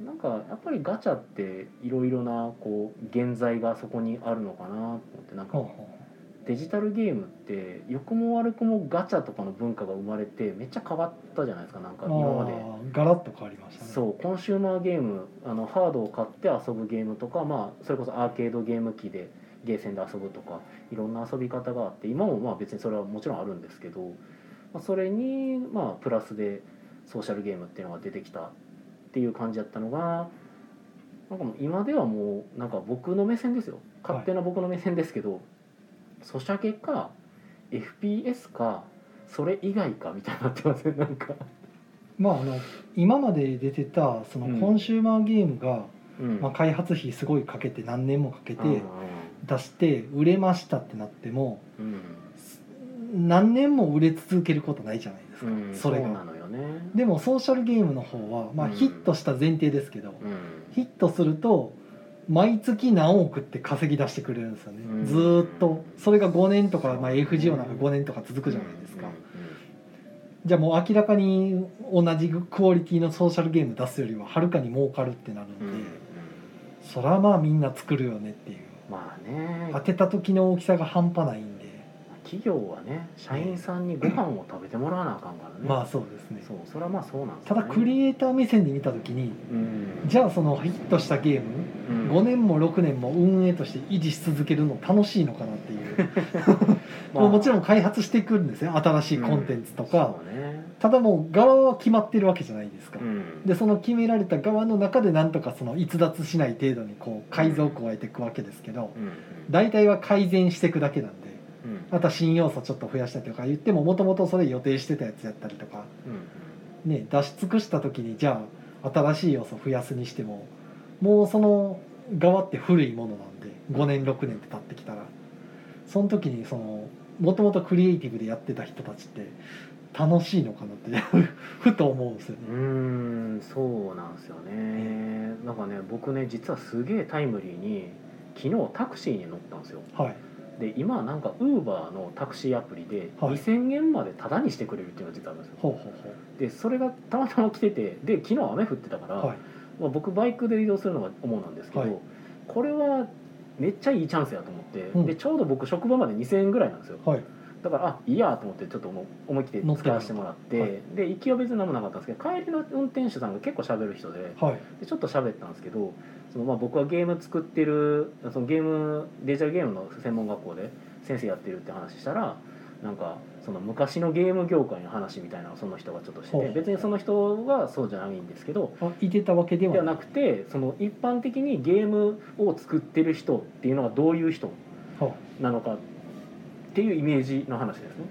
[SPEAKER 1] なんかやっぱりガチャっていろいろなこう現在がそこにあるのかなと思ってなんか
[SPEAKER 2] ほうほ
[SPEAKER 1] デジタルゲームって良くも悪くもガチャとかの文化が生まれてめっちゃ変わったじゃないですかなんか
[SPEAKER 2] う
[SPEAKER 1] 今まで。
[SPEAKER 2] ああガラッと変わりましたね
[SPEAKER 1] そうコンシューマーゲームあのハードを買って遊ぶゲームとか、まあ、それこそアーケードゲーム機でゲーセンで遊ぶとかいろんな遊び方があって今もまあ別にそれはもちろんあるんですけど、まあ、それにまあプラスでソーシャルゲームっていうのが出てきたっていう感じだったのがなんかもう今ではもうなんか僕の目線ですよ勝手な僕の目線ですけど、ソシャゲか FPS かそれ以外かみたいになってますねなんか。
[SPEAKER 2] まああの今まで出てたそ
[SPEAKER 1] うん
[SPEAKER 2] のコンシューマーゲームが、
[SPEAKER 1] うん
[SPEAKER 2] まあ、開発費すごいかけて何年もかけて
[SPEAKER 1] うん
[SPEAKER 2] 出して売れましたってなっても
[SPEAKER 1] うん
[SPEAKER 2] 何年も売れ続けることないじゃないですか、
[SPEAKER 1] うん
[SPEAKER 2] それ
[SPEAKER 1] うな
[SPEAKER 2] が
[SPEAKER 1] のよね
[SPEAKER 2] でもソーシャルゲームの方は、まあ、
[SPEAKER 1] うん
[SPEAKER 2] ヒットした前提ですけど、
[SPEAKER 1] うん
[SPEAKER 2] ヒットすると毎月何億って稼ぎ出してくれるんですよね、
[SPEAKER 1] うん
[SPEAKER 2] ずーっとそれが5年とか、
[SPEAKER 1] そう
[SPEAKER 2] まあ、FGO なんか5年とか続くじゃないですか、
[SPEAKER 1] う
[SPEAKER 2] じゃあもう明らかに同じクオリティのソーシャルゲーム出すよりははるかに儲かるってなるので、
[SPEAKER 1] んうんうん
[SPEAKER 2] そらまあみんな作るよねっていう
[SPEAKER 1] まあね
[SPEAKER 2] 当てた時の大きさが半端ないんで、
[SPEAKER 1] 企業はね社員さんにご飯を食べてもらわなあかんからね
[SPEAKER 2] まあそうですね
[SPEAKER 1] そうそれはまあそうなんです
[SPEAKER 2] た
[SPEAKER 1] よね
[SPEAKER 2] だクリエイター目線で見た時に
[SPEAKER 1] うん
[SPEAKER 2] じゃあそのヒットしたゲーム
[SPEAKER 1] うん
[SPEAKER 2] 5年も6年も運営として維持し続けるの楽しいのかなっ ていうもうもちろん開発していくんですね新しいコンテンツとか、
[SPEAKER 1] そうね
[SPEAKER 2] ただもう側は決まってるわけじゃないですか、
[SPEAKER 1] うん
[SPEAKER 2] でその決められた側の中でなんとかその逸脱しない程度にこう改造を加えていくわけですけど、
[SPEAKER 1] うん
[SPEAKER 2] 大体は改善していくだけなんで
[SPEAKER 1] うん
[SPEAKER 2] また新要素ちょっと増やしたりとか言ってももともとそれ予定してたやつやったりとか、
[SPEAKER 1] うん
[SPEAKER 2] ね、出し尽くした時にじゃあ新しい要素増やすにしてももうその側って古いものなんで5年6年って経ってきたらその時にそのもともとクリエイティブでやってた人たちって楽しいのかなって ふと思うんですよ
[SPEAKER 1] う
[SPEAKER 2] ね。
[SPEAKER 1] んそうなんですよねなんかね僕ね実はすげえタイムリーに昨日タクシーに乗ったんですよ
[SPEAKER 2] はい、
[SPEAKER 1] で今なんかウーバーのタクシーアプリで
[SPEAKER 2] はい
[SPEAKER 1] 2,000円までタダにしてくれるっていうのが実はあるんですよ、
[SPEAKER 2] ほうほう
[SPEAKER 1] でそれがたまたま来ててで昨日雨降ってたから、
[SPEAKER 2] ほうはい
[SPEAKER 1] まあ、僕バイクで移動するのが主なんですけど、
[SPEAKER 2] はい
[SPEAKER 1] これはめっちゃいいチャンスやと思って、
[SPEAKER 2] うん
[SPEAKER 1] でちょうど僕職場まで2,000円ぐらいなんですよ
[SPEAKER 2] はい
[SPEAKER 1] だからあいいやと思ってちょっともう思い切って使わせてもらって
[SPEAKER 2] 乗って
[SPEAKER 1] で行きは別に何もなかったんですけど帰りの運転手さんが結構喋る人で、
[SPEAKER 2] はい
[SPEAKER 1] でちょっと喋ったんですけどそのまあ僕はゲーム作ってるそのゲームデジタルゲームの専門学校で先生やってるって話したらなんかその昔のゲーム業界の話みたいなのをその人がちょっとして
[SPEAKER 2] ほ
[SPEAKER 1] て
[SPEAKER 2] う
[SPEAKER 1] 別にその人はそうじゃないんですけど
[SPEAKER 2] あいてたわけでは
[SPEAKER 1] ではなくてその一般的にゲームを作ってる人っていうのがどういう人
[SPEAKER 2] は
[SPEAKER 1] なのかっていうイメージの話ですね。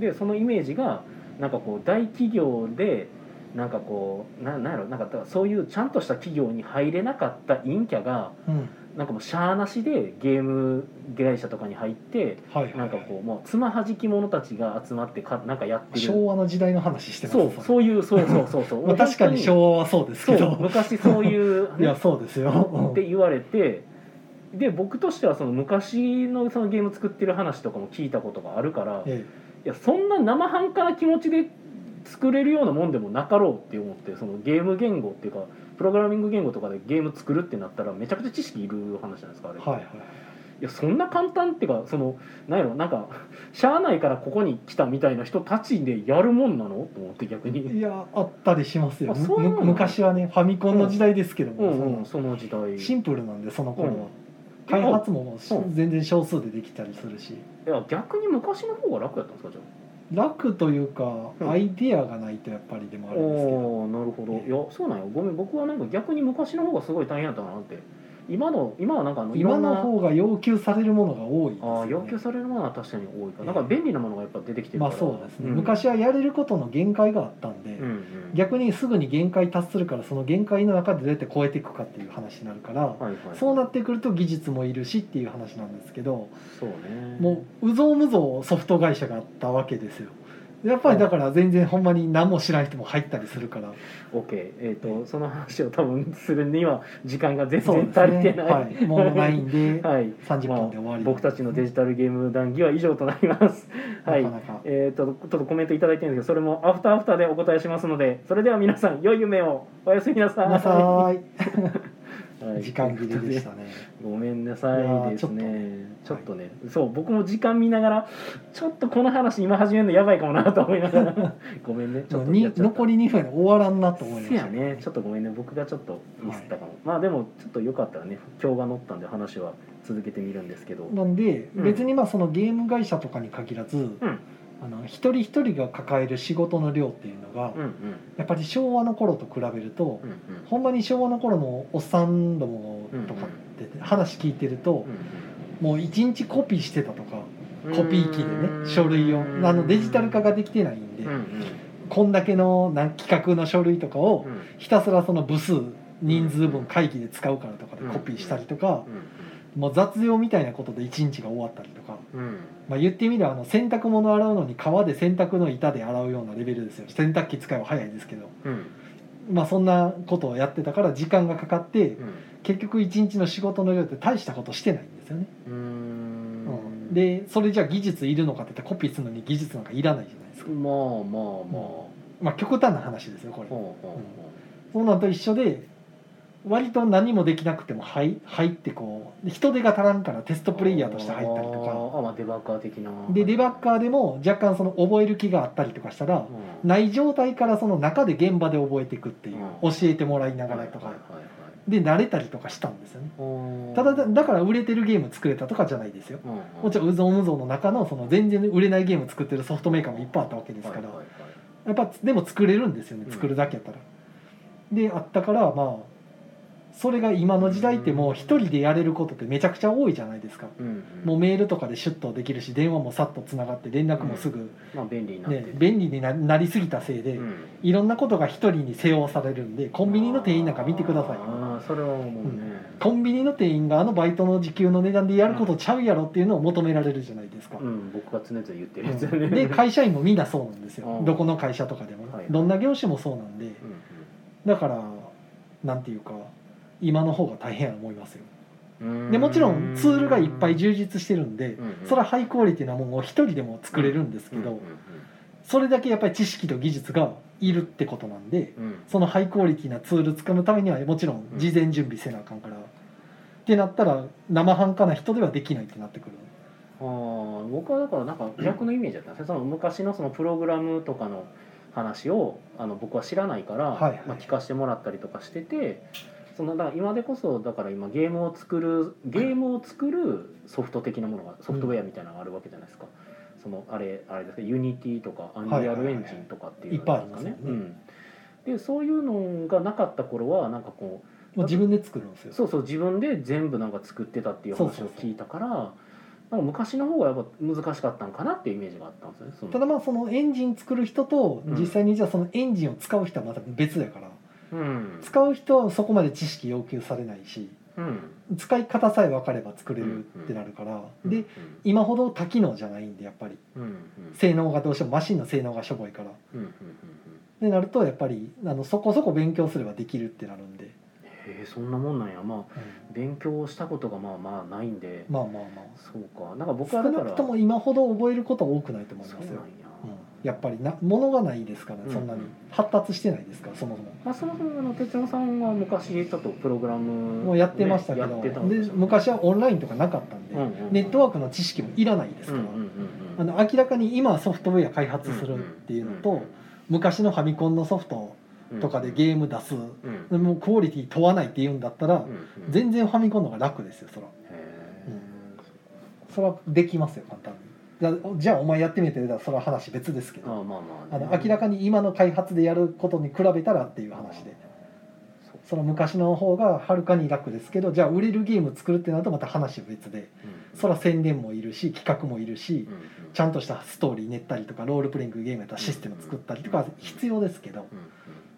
[SPEAKER 1] でそのイメージがなんかこう大企業でなんかこうななんやろなんかだからそういうちゃんとした企業に入れなかった陰キャが
[SPEAKER 2] あうん
[SPEAKER 1] なんかもうしゃあなしでゲーム会社とかに入って
[SPEAKER 2] はいはい
[SPEAKER 1] なんかこうもうつまはじき者たちが集まってかなんかやってる
[SPEAKER 2] 昭和の時代の話してます
[SPEAKER 1] そう
[SPEAKER 2] れ
[SPEAKER 1] そういうそうそうそうそう
[SPEAKER 2] まあ、確かに
[SPEAKER 1] 和
[SPEAKER 2] 昭和はそうですけ
[SPEAKER 1] そう
[SPEAKER 2] ど
[SPEAKER 1] 昔そういう、
[SPEAKER 2] いやそうですよ
[SPEAKER 1] っ
[SPEAKER 2] う
[SPEAKER 1] て
[SPEAKER 2] ん
[SPEAKER 1] 言われてで僕としてはその昔のそのゲーム作ってる話とかも聞いたことがあるからい
[SPEAKER 2] え
[SPEAKER 1] やそんな生半可な気持ちで作れるようなもんでもなかろうって思ってそのゲーム言語っていうかプログラミング言語とかでゲーム作るってなったらめちゃくちゃ知識いる話じゃないですかあ
[SPEAKER 2] え
[SPEAKER 1] れ、
[SPEAKER 2] はいはい
[SPEAKER 1] いやそんな簡単っていうかそのなんやろなんかしゃあないからここに来たみたいな人たちでやるもんなのと思って逆に。
[SPEAKER 2] いやあったりしますよ、
[SPEAKER 1] あそうなの
[SPEAKER 2] む昔はねファミコンの時代ですけど
[SPEAKER 1] う
[SPEAKER 2] も、
[SPEAKER 1] んうん、
[SPEAKER 2] そ
[SPEAKER 1] その時代
[SPEAKER 2] のシンプルなんでその頃は、
[SPEAKER 1] うん
[SPEAKER 2] 開発もし
[SPEAKER 1] うん
[SPEAKER 2] 全然少数でできたりするし
[SPEAKER 1] いや逆に昔の方が楽やったんですかじゃあ
[SPEAKER 2] 楽というか、
[SPEAKER 1] うん
[SPEAKER 2] アイディアがないとやっぱりでもあるんですけど
[SPEAKER 1] おーなるほどいやそうなんよごめん僕はなんか逆に昔の方がすごい大変だったなって今の今はなんかあのいろ
[SPEAKER 2] 今
[SPEAKER 1] んな
[SPEAKER 2] の方が要求されるものが多いです
[SPEAKER 1] あ
[SPEAKER 2] よ、
[SPEAKER 1] ー
[SPEAKER 2] ね、
[SPEAKER 1] 要求されるものは確かに多いからなんか便利なものがやっぱ出てきてるか
[SPEAKER 2] ま
[SPEAKER 1] ら
[SPEAKER 2] あそうですね、
[SPEAKER 1] ん
[SPEAKER 2] 昔はやれることの限界があったんで、
[SPEAKER 1] うんうん
[SPEAKER 2] 逆にすぐに限界達するからその限界の中でどうやって超えていくかっていう話になるから、
[SPEAKER 1] はいはい
[SPEAKER 2] そうなってくると技術もいるしっていう話なんですけど
[SPEAKER 1] そうね
[SPEAKER 2] もううぞうむぞうソフト会社があったわけですよやっぱりだから全然ほんまに何も知らん人も入ったりするから、
[SPEAKER 1] OK えっ、と、その話を多分するには時間が全
[SPEAKER 2] そう
[SPEAKER 1] 然
[SPEAKER 2] です
[SPEAKER 1] 足りて
[SPEAKER 2] ね、
[SPEAKER 1] ない、
[SPEAKER 2] はい、もうないんで
[SPEAKER 1] はい
[SPEAKER 2] 30分で終わり、
[SPEAKER 1] 僕たちのデジタルゲーム談義は以上となります。はい
[SPEAKER 2] なかなか
[SPEAKER 1] えー、とちょっとコメントいただいてるんですけどそれもアフターアフターでお答えしますのでそれでは皆さん良い夢をおやすみなさい
[SPEAKER 2] 皆さ
[SPEAKER 1] は
[SPEAKER 2] ん
[SPEAKER 1] い
[SPEAKER 2] 時間切れでしたね
[SPEAKER 1] ごめんなさ
[SPEAKER 2] い
[SPEAKER 1] い
[SPEAKER 2] やー
[SPEAKER 1] ですねち
[SPEAKER 2] ち
[SPEAKER 1] ょ
[SPEAKER 2] ょ
[SPEAKER 1] っ
[SPEAKER 2] っ
[SPEAKER 1] と
[SPEAKER 2] と
[SPEAKER 1] ね、そう僕も時間見ながらちょっとこの話今始めるのやばいかもなと思いながらごめんねちょっと
[SPEAKER 2] に
[SPEAKER 1] やっちゃった
[SPEAKER 2] 残り2分で終わらんなと思い
[SPEAKER 1] せ
[SPEAKER 2] まし
[SPEAKER 1] や
[SPEAKER 2] た
[SPEAKER 1] ねちょっとごめんね僕がちょっとミスったかも、まあでもちょっとよかったらね今日が乗ったんで話は続けてみるんですけど、
[SPEAKER 2] なんで、
[SPEAKER 1] うん
[SPEAKER 2] 別にまあそのゲーム会社とかに限らず、
[SPEAKER 1] ん
[SPEAKER 2] あの一人一人が抱える仕事の量っていうのが、
[SPEAKER 1] うんうん
[SPEAKER 2] やっぱり昭和の頃と比べると、
[SPEAKER 1] うんうん
[SPEAKER 2] ほんまに昭和の頃のおっさんどもとかって話聞いてると、もう一日コピーしてたと
[SPEAKER 1] う
[SPEAKER 2] か、
[SPEAKER 1] んうん
[SPEAKER 2] コピー機でね書類をあのデジタル化ができてないんで、
[SPEAKER 1] うんうん
[SPEAKER 2] こんだけのなん企画の書類とかを
[SPEAKER 1] うん
[SPEAKER 2] ひたすらその部数人数分会議で使うからとかで
[SPEAKER 1] うん
[SPEAKER 2] コピーしたりとか、
[SPEAKER 1] う
[SPEAKER 2] もう雑用みたいなことで一日が終わったりとか、
[SPEAKER 1] んうん
[SPEAKER 2] まあ、言ってみればあの洗濯物洗うのに革で洗濯の板で洗うようなレベルですよ洗濯機使いは早いですけど、
[SPEAKER 1] うん
[SPEAKER 2] まあ、そんなことをやってたから時間がかかって
[SPEAKER 1] うん
[SPEAKER 2] 結局一日の仕事の量って大したことしてないんですよね、
[SPEAKER 1] うー
[SPEAKER 2] うんん、でそれじゃあ技術いるのかって言ったらコピーするのに技術なんかいらないじゃないですか、
[SPEAKER 1] まあまあま
[SPEAKER 2] まあ、極端な話ですよこれ
[SPEAKER 1] あ、ほうほ
[SPEAKER 2] そんなんと一緒で割と何もできなくても入入ってこう人手が足らんからテス
[SPEAKER 1] う
[SPEAKER 2] トプレイヤーとして入ったりと
[SPEAKER 1] かあまあデバッカー的な
[SPEAKER 2] かでデバッ
[SPEAKER 1] ー、
[SPEAKER 2] カーでも若干その覚える気があったりとかしたら
[SPEAKER 1] うん、
[SPEAKER 2] ない状態からその中で現場で覚えていくっていう
[SPEAKER 1] うん
[SPEAKER 2] 教えてもらいながらと
[SPEAKER 1] はいは
[SPEAKER 2] か
[SPEAKER 1] いはい
[SPEAKER 2] で慣れたりとかしたんですよね
[SPEAKER 1] はい
[SPEAKER 2] ただだだから売れてるゲーム作れたとかじゃないですよ
[SPEAKER 1] うんうん
[SPEAKER 2] もちろんうぞうむぞうの中のその全然売れないゲーム作ってるソフトメーカーもいっぱいあったわけですから
[SPEAKER 1] はいはいはい
[SPEAKER 2] やっぱでも作れるんですよね
[SPEAKER 1] うん
[SPEAKER 2] 作るだけやったら。であったからまあそれが今の時代ってもう一人でやれることってめちゃくちゃ多いじゃないですか。
[SPEAKER 1] うんうん、
[SPEAKER 2] もうメールとかでシュッとできるし電話もさっとつながって連絡もすぐ、
[SPEAKER 1] まあ便利になって
[SPEAKER 2] ね
[SPEAKER 1] る、、
[SPEAKER 2] 便利にななりすぎたせいで、
[SPEAKER 1] うん
[SPEAKER 2] いろんなことが一人に背負わされるんでコンビニの店員なんか見てくださいよ
[SPEAKER 1] ああそれは思うね、
[SPEAKER 2] コンビニの店員があのバイトの時給の値段でやることちゃうやろっていうのを求められるじゃないですか
[SPEAKER 1] う、ん僕が常々言ってるやつよね、
[SPEAKER 2] うんで
[SPEAKER 1] い、
[SPEAKER 2] 会社員もみんなそうなんですよ
[SPEAKER 1] うん
[SPEAKER 2] どこの会社とかでもね、
[SPEAKER 1] はい
[SPEAKER 2] どんな業種もそうなんで
[SPEAKER 1] うんうん
[SPEAKER 2] だからなんていうか今の方が大変やと思いますよ
[SPEAKER 1] うん
[SPEAKER 2] でもちろんツールがいっぱい充実してるんで
[SPEAKER 1] うんうん
[SPEAKER 2] それはハイクオリティなものを一人でも作れるんですけ
[SPEAKER 1] うん
[SPEAKER 2] ど
[SPEAKER 1] うん
[SPEAKER 2] それだけやっぱり知識と技術がいるってことなんで
[SPEAKER 1] うんうん
[SPEAKER 2] そのハイクオリティなツール使うためにはもちろん事前準備せなあかんからってなったら生半可な人ではできないってなってくる
[SPEAKER 1] あー僕はだからなんか逆のイメージだったんですねその昔のそのプログラムとかの話をあの僕は知らないから、
[SPEAKER 2] はいはい
[SPEAKER 1] まあ、聞かせてもらったりとかしててそのだから今でこそだから今ゲームを作るゲームを作るソフト的なものがソフトウェアみたいなのがあるわけじゃないですか、そのあれあれですかユニティとかアンリアルエンジンとかっていうのがるんですか
[SPEAKER 2] いっぱいあります
[SPEAKER 1] う
[SPEAKER 2] よね
[SPEAKER 1] ん、でそういうのがなかった頃はなんかこう
[SPEAKER 2] もう自分で作るんですよ
[SPEAKER 1] そうそう自分で全部なんか作ってたっていう話を聞いたからなんか昔の方がやっぱ難しかったんかなっていうイメージがあったんですよねその
[SPEAKER 2] ただまあそのエンジン作る人と
[SPEAKER 1] うん
[SPEAKER 2] 実際にじゃあそのエンジンを使う人はまた別やから
[SPEAKER 1] うん
[SPEAKER 2] 使う人はそこまで知識要求されないし
[SPEAKER 1] うん
[SPEAKER 2] 使い方さえ分かれば作れるってなるからで今ほど多機能じゃないんでやっぱり
[SPEAKER 1] うんうん
[SPEAKER 2] 性能がどうしてもマシンの性能がしょぼいから
[SPEAKER 1] うんうんうん
[SPEAKER 2] でなるとやっぱりあのそこそこ勉強すればできるってなるんで、
[SPEAKER 1] へえそんなもんなんやまあ勉強したことがまあまあないんで、
[SPEAKER 2] まあまあまあ
[SPEAKER 1] そうかなんか僕
[SPEAKER 2] 少
[SPEAKER 1] はだ
[SPEAKER 2] な
[SPEAKER 1] か
[SPEAKER 2] く
[SPEAKER 1] ら
[SPEAKER 2] とも今ほど覚えることは多くないと思い
[SPEAKER 1] そう
[SPEAKER 2] ま
[SPEAKER 1] な
[SPEAKER 2] す
[SPEAKER 1] ん
[SPEAKER 2] よ
[SPEAKER 1] や、、
[SPEAKER 2] うんやっぱりな物がないですから、
[SPEAKER 1] うん
[SPEAKER 2] そんなに発達してないですからそもそも。
[SPEAKER 1] まあ、そもそもあの哲郎さんは昔ちょっとプログラム、
[SPEAKER 2] もうやってましたけど、
[SPEAKER 1] ねやってたん
[SPEAKER 2] で
[SPEAKER 1] ですよね
[SPEAKER 2] 昔はオンラインとかなかったんで、
[SPEAKER 1] うんうんうん
[SPEAKER 2] ネットワークの知識もいらないです
[SPEAKER 1] うん
[SPEAKER 2] か
[SPEAKER 1] うんう
[SPEAKER 2] ら、
[SPEAKER 1] んうん
[SPEAKER 2] あの明らかに今はソフトウェア開発するっていうのと、昔のファミコンのソフトとかでゲーム出す、
[SPEAKER 1] ーム、
[SPEAKER 2] もうクオリティ問わないっていうんだったら、
[SPEAKER 1] うんうんうん
[SPEAKER 2] 全然ファミコンの方が楽ですよそら
[SPEAKER 1] へ
[SPEAKER 2] それはできますよ簡単にだじゃあお前やってみてだそれは話別ですけ
[SPEAKER 1] ーあ
[SPEAKER 2] ど
[SPEAKER 1] あまあまあ
[SPEAKER 2] あ
[SPEAKER 1] ね、
[SPEAKER 2] の明らかに今の開発でやることに比べたらっていう話で
[SPEAKER 1] そう
[SPEAKER 2] その昔の方がはるかに楽ですけどじゃあ売れるゲーム作るってなるとまた話は別でそら宣伝もいるし企画もいるし
[SPEAKER 1] うんうん
[SPEAKER 2] ちゃんとしたストーリー練ったりとかロールプレイングゲームやったらシステム作ったりとかは必要ですけど
[SPEAKER 1] うん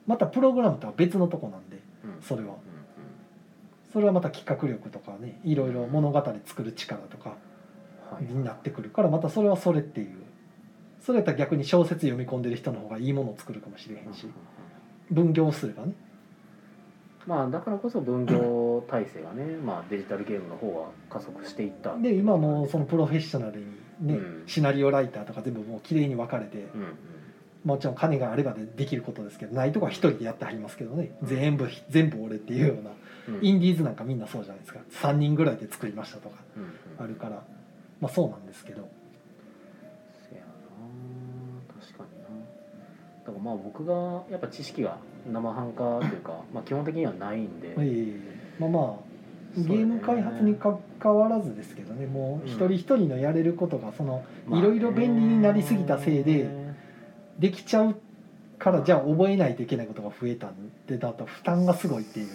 [SPEAKER 2] またプログラムとは別のとこなんで
[SPEAKER 1] うんうん
[SPEAKER 2] それは
[SPEAKER 1] うんうん
[SPEAKER 2] それはまた企画力とかねいろいろ物語作る力とか
[SPEAKER 1] はい
[SPEAKER 2] になってくるからまたそれはそれっていうそれやったら逆に小説読み込んでる人の方がいいものを作るかもしれへんし分業すればね
[SPEAKER 1] まあだからこそ分業体制がね、まあ、デジタルゲームの方は加速していった
[SPEAKER 2] で今もうそのプロフェッショナルに
[SPEAKER 1] う
[SPEAKER 2] ね、
[SPEAKER 1] ん
[SPEAKER 2] シナリオライターとか全部もう綺麗に分かれて、
[SPEAKER 1] うんうん
[SPEAKER 2] もちろん金があればでできることですけどないとこは一人でやってはりますけどね全部全部俺っていうような
[SPEAKER 1] うん
[SPEAKER 2] インディーズなんかみんなそうじゃないですか3人ぐらいで作りましたとか
[SPEAKER 1] うんうん
[SPEAKER 2] あるからまあそうなんですけど
[SPEAKER 1] せやな確かになだからまあ僕がやっぱ知識が生半可というか、まあ、基本的にはないんで、
[SPEAKER 2] ええまあまあゲーム開発に
[SPEAKER 1] か
[SPEAKER 2] かかわらずですけどねもう一人一人のやれることがそのいろいろ便利になりすぎたせいでできちゃうからじゃあ覚えないといけないことが増えたってだと負担がすごいっていう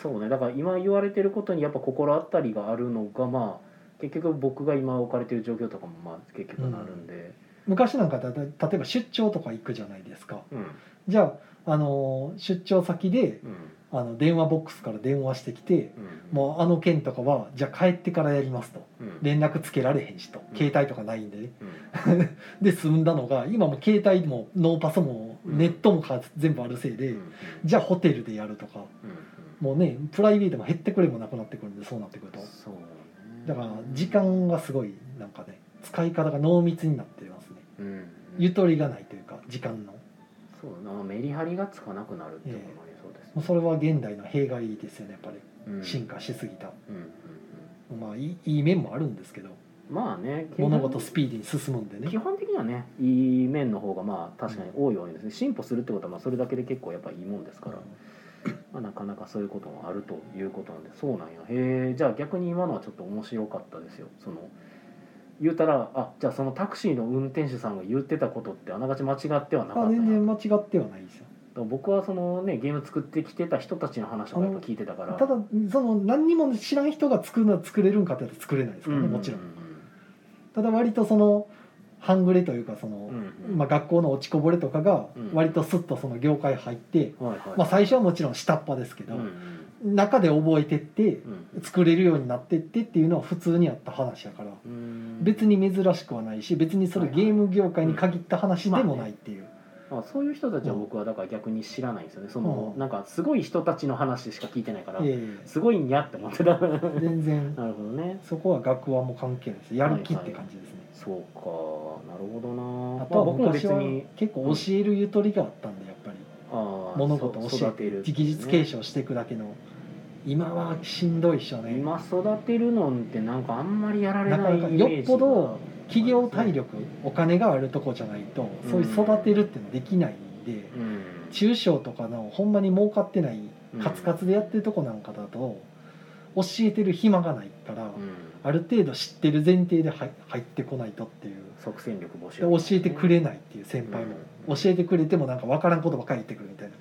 [SPEAKER 1] そうねだから今言われてることにやっぱ心当たりがあるのがまあ結局僕が今置かれてる状況とかもまあ結局なるんで、
[SPEAKER 2] 昔なんかだ例えば出張とか行くじゃないですか
[SPEAKER 1] うん
[SPEAKER 2] じゃああの出張先で
[SPEAKER 1] うん
[SPEAKER 2] あの電話ボックスから電話してきて
[SPEAKER 1] うん
[SPEAKER 2] もうあの件とかはじゃあ帰ってからやりますと
[SPEAKER 1] うん、うん
[SPEAKER 2] 連絡つけられへんしと携帯とかないんでねで済んだのが今も携帯もノーパソもネットもか全部あるせいで、
[SPEAKER 1] うんうん
[SPEAKER 2] じゃあホテルでやると
[SPEAKER 1] う
[SPEAKER 2] か
[SPEAKER 1] ん
[SPEAKER 2] もうねプライベートも減ってくれもなくなってくるんでそうなってくると
[SPEAKER 1] そうね
[SPEAKER 2] だから時間がすごいなんかね使い方が濃密になってますね
[SPEAKER 1] うんうん
[SPEAKER 2] ゆとりがないというか時間の
[SPEAKER 1] そうなメリハリがつかなくなるっていうのもありそうですね
[SPEAKER 2] もうそれは現代の弊害ですよねやっぱり
[SPEAKER 1] うん
[SPEAKER 2] 進化しすぎた、
[SPEAKER 1] うんうんうん
[SPEAKER 2] まあいいいい面もあるんですけど
[SPEAKER 1] まあね
[SPEAKER 2] 物事スピーディーに進むんで
[SPEAKER 1] 基
[SPEAKER 2] ね
[SPEAKER 1] 本的にはねいい面の方がまあ確かに多いわけですね進歩するってことはまあそれだけで結構やっぱいいもんですから、まあ、なかなかそういうこともあるということなんでそうなんやへえじゃあ逆に今のはちょっと面白かったですよその言うたらあじゃあそのタクシーの運転手さんが言ってたことってあながち間違ってはなか
[SPEAKER 2] あ
[SPEAKER 1] った
[SPEAKER 2] 全然
[SPEAKER 1] な
[SPEAKER 2] 間違ってはないですよ
[SPEAKER 1] 僕はそのねゲーム作ってきてた人たちの話とかやっぱ聞いてたから
[SPEAKER 2] ただその何にも知らん人が作るのは作れるんかって言ったら作れないですからね、もちろんただ割とその半グレというかその、まあ、学校の落ちこぼれとかが
[SPEAKER 1] うん
[SPEAKER 2] 割とスッとその業界入って、
[SPEAKER 1] あ、はいはい
[SPEAKER 2] まあ、最初はもちろん下っ端ですけど、
[SPEAKER 1] うんうん
[SPEAKER 2] 中で覚えてって
[SPEAKER 1] うん
[SPEAKER 2] 作れるようになってってっていうのは普通にあった話やから
[SPEAKER 1] うん
[SPEAKER 2] 別に珍しくはないし別にそれ
[SPEAKER 1] はいはい
[SPEAKER 2] ゲーム業界に限った話でもないっていう、
[SPEAKER 1] まあ、そういう人たちは僕はだから逆に知らないんですよねその
[SPEAKER 2] うん
[SPEAKER 1] なんかすごい人たちの話しか聞いてないから
[SPEAKER 2] え
[SPEAKER 1] すごいにゃって思ってた なる
[SPEAKER 2] え全然
[SPEAKER 1] ほどね
[SPEAKER 2] そこは学話も関係ないですやる気って感じですね、
[SPEAKER 1] そうかなるほどな
[SPEAKER 2] あとは
[SPEAKER 1] まあ僕も
[SPEAKER 2] 昔
[SPEAKER 1] 別
[SPEAKER 2] は
[SPEAKER 1] に
[SPEAKER 2] 結構教えるゆとりがあったんでやっぱり
[SPEAKER 1] あー
[SPEAKER 2] 物事を
[SPEAKER 1] そ
[SPEAKER 2] 教え
[SPEAKER 1] 育てる
[SPEAKER 2] て技術継承していくだけの今はしんどいっしょね
[SPEAKER 1] 今育てるのってなんかあんまりやられな
[SPEAKER 2] なか
[SPEAKER 1] い
[SPEAKER 2] な
[SPEAKER 1] イ
[SPEAKER 2] か
[SPEAKER 1] メージが
[SPEAKER 2] よっぽど企業体力お金があるとこじゃないとそういう育てるっていうのできないんで
[SPEAKER 1] うん
[SPEAKER 2] 中小とかのほんまに儲かってないカツカツでやってるとこなんかだと教えてる暇がないから
[SPEAKER 1] うん
[SPEAKER 2] ある程度知ってる前提で入入ってこないとっていう
[SPEAKER 1] 即戦力募集
[SPEAKER 2] で教えてく
[SPEAKER 1] る、
[SPEAKER 2] れないっていう先輩も
[SPEAKER 1] うん
[SPEAKER 2] 教えてくれてもなんか分からんことばっかり言ってくるみたいな
[SPEAKER 1] う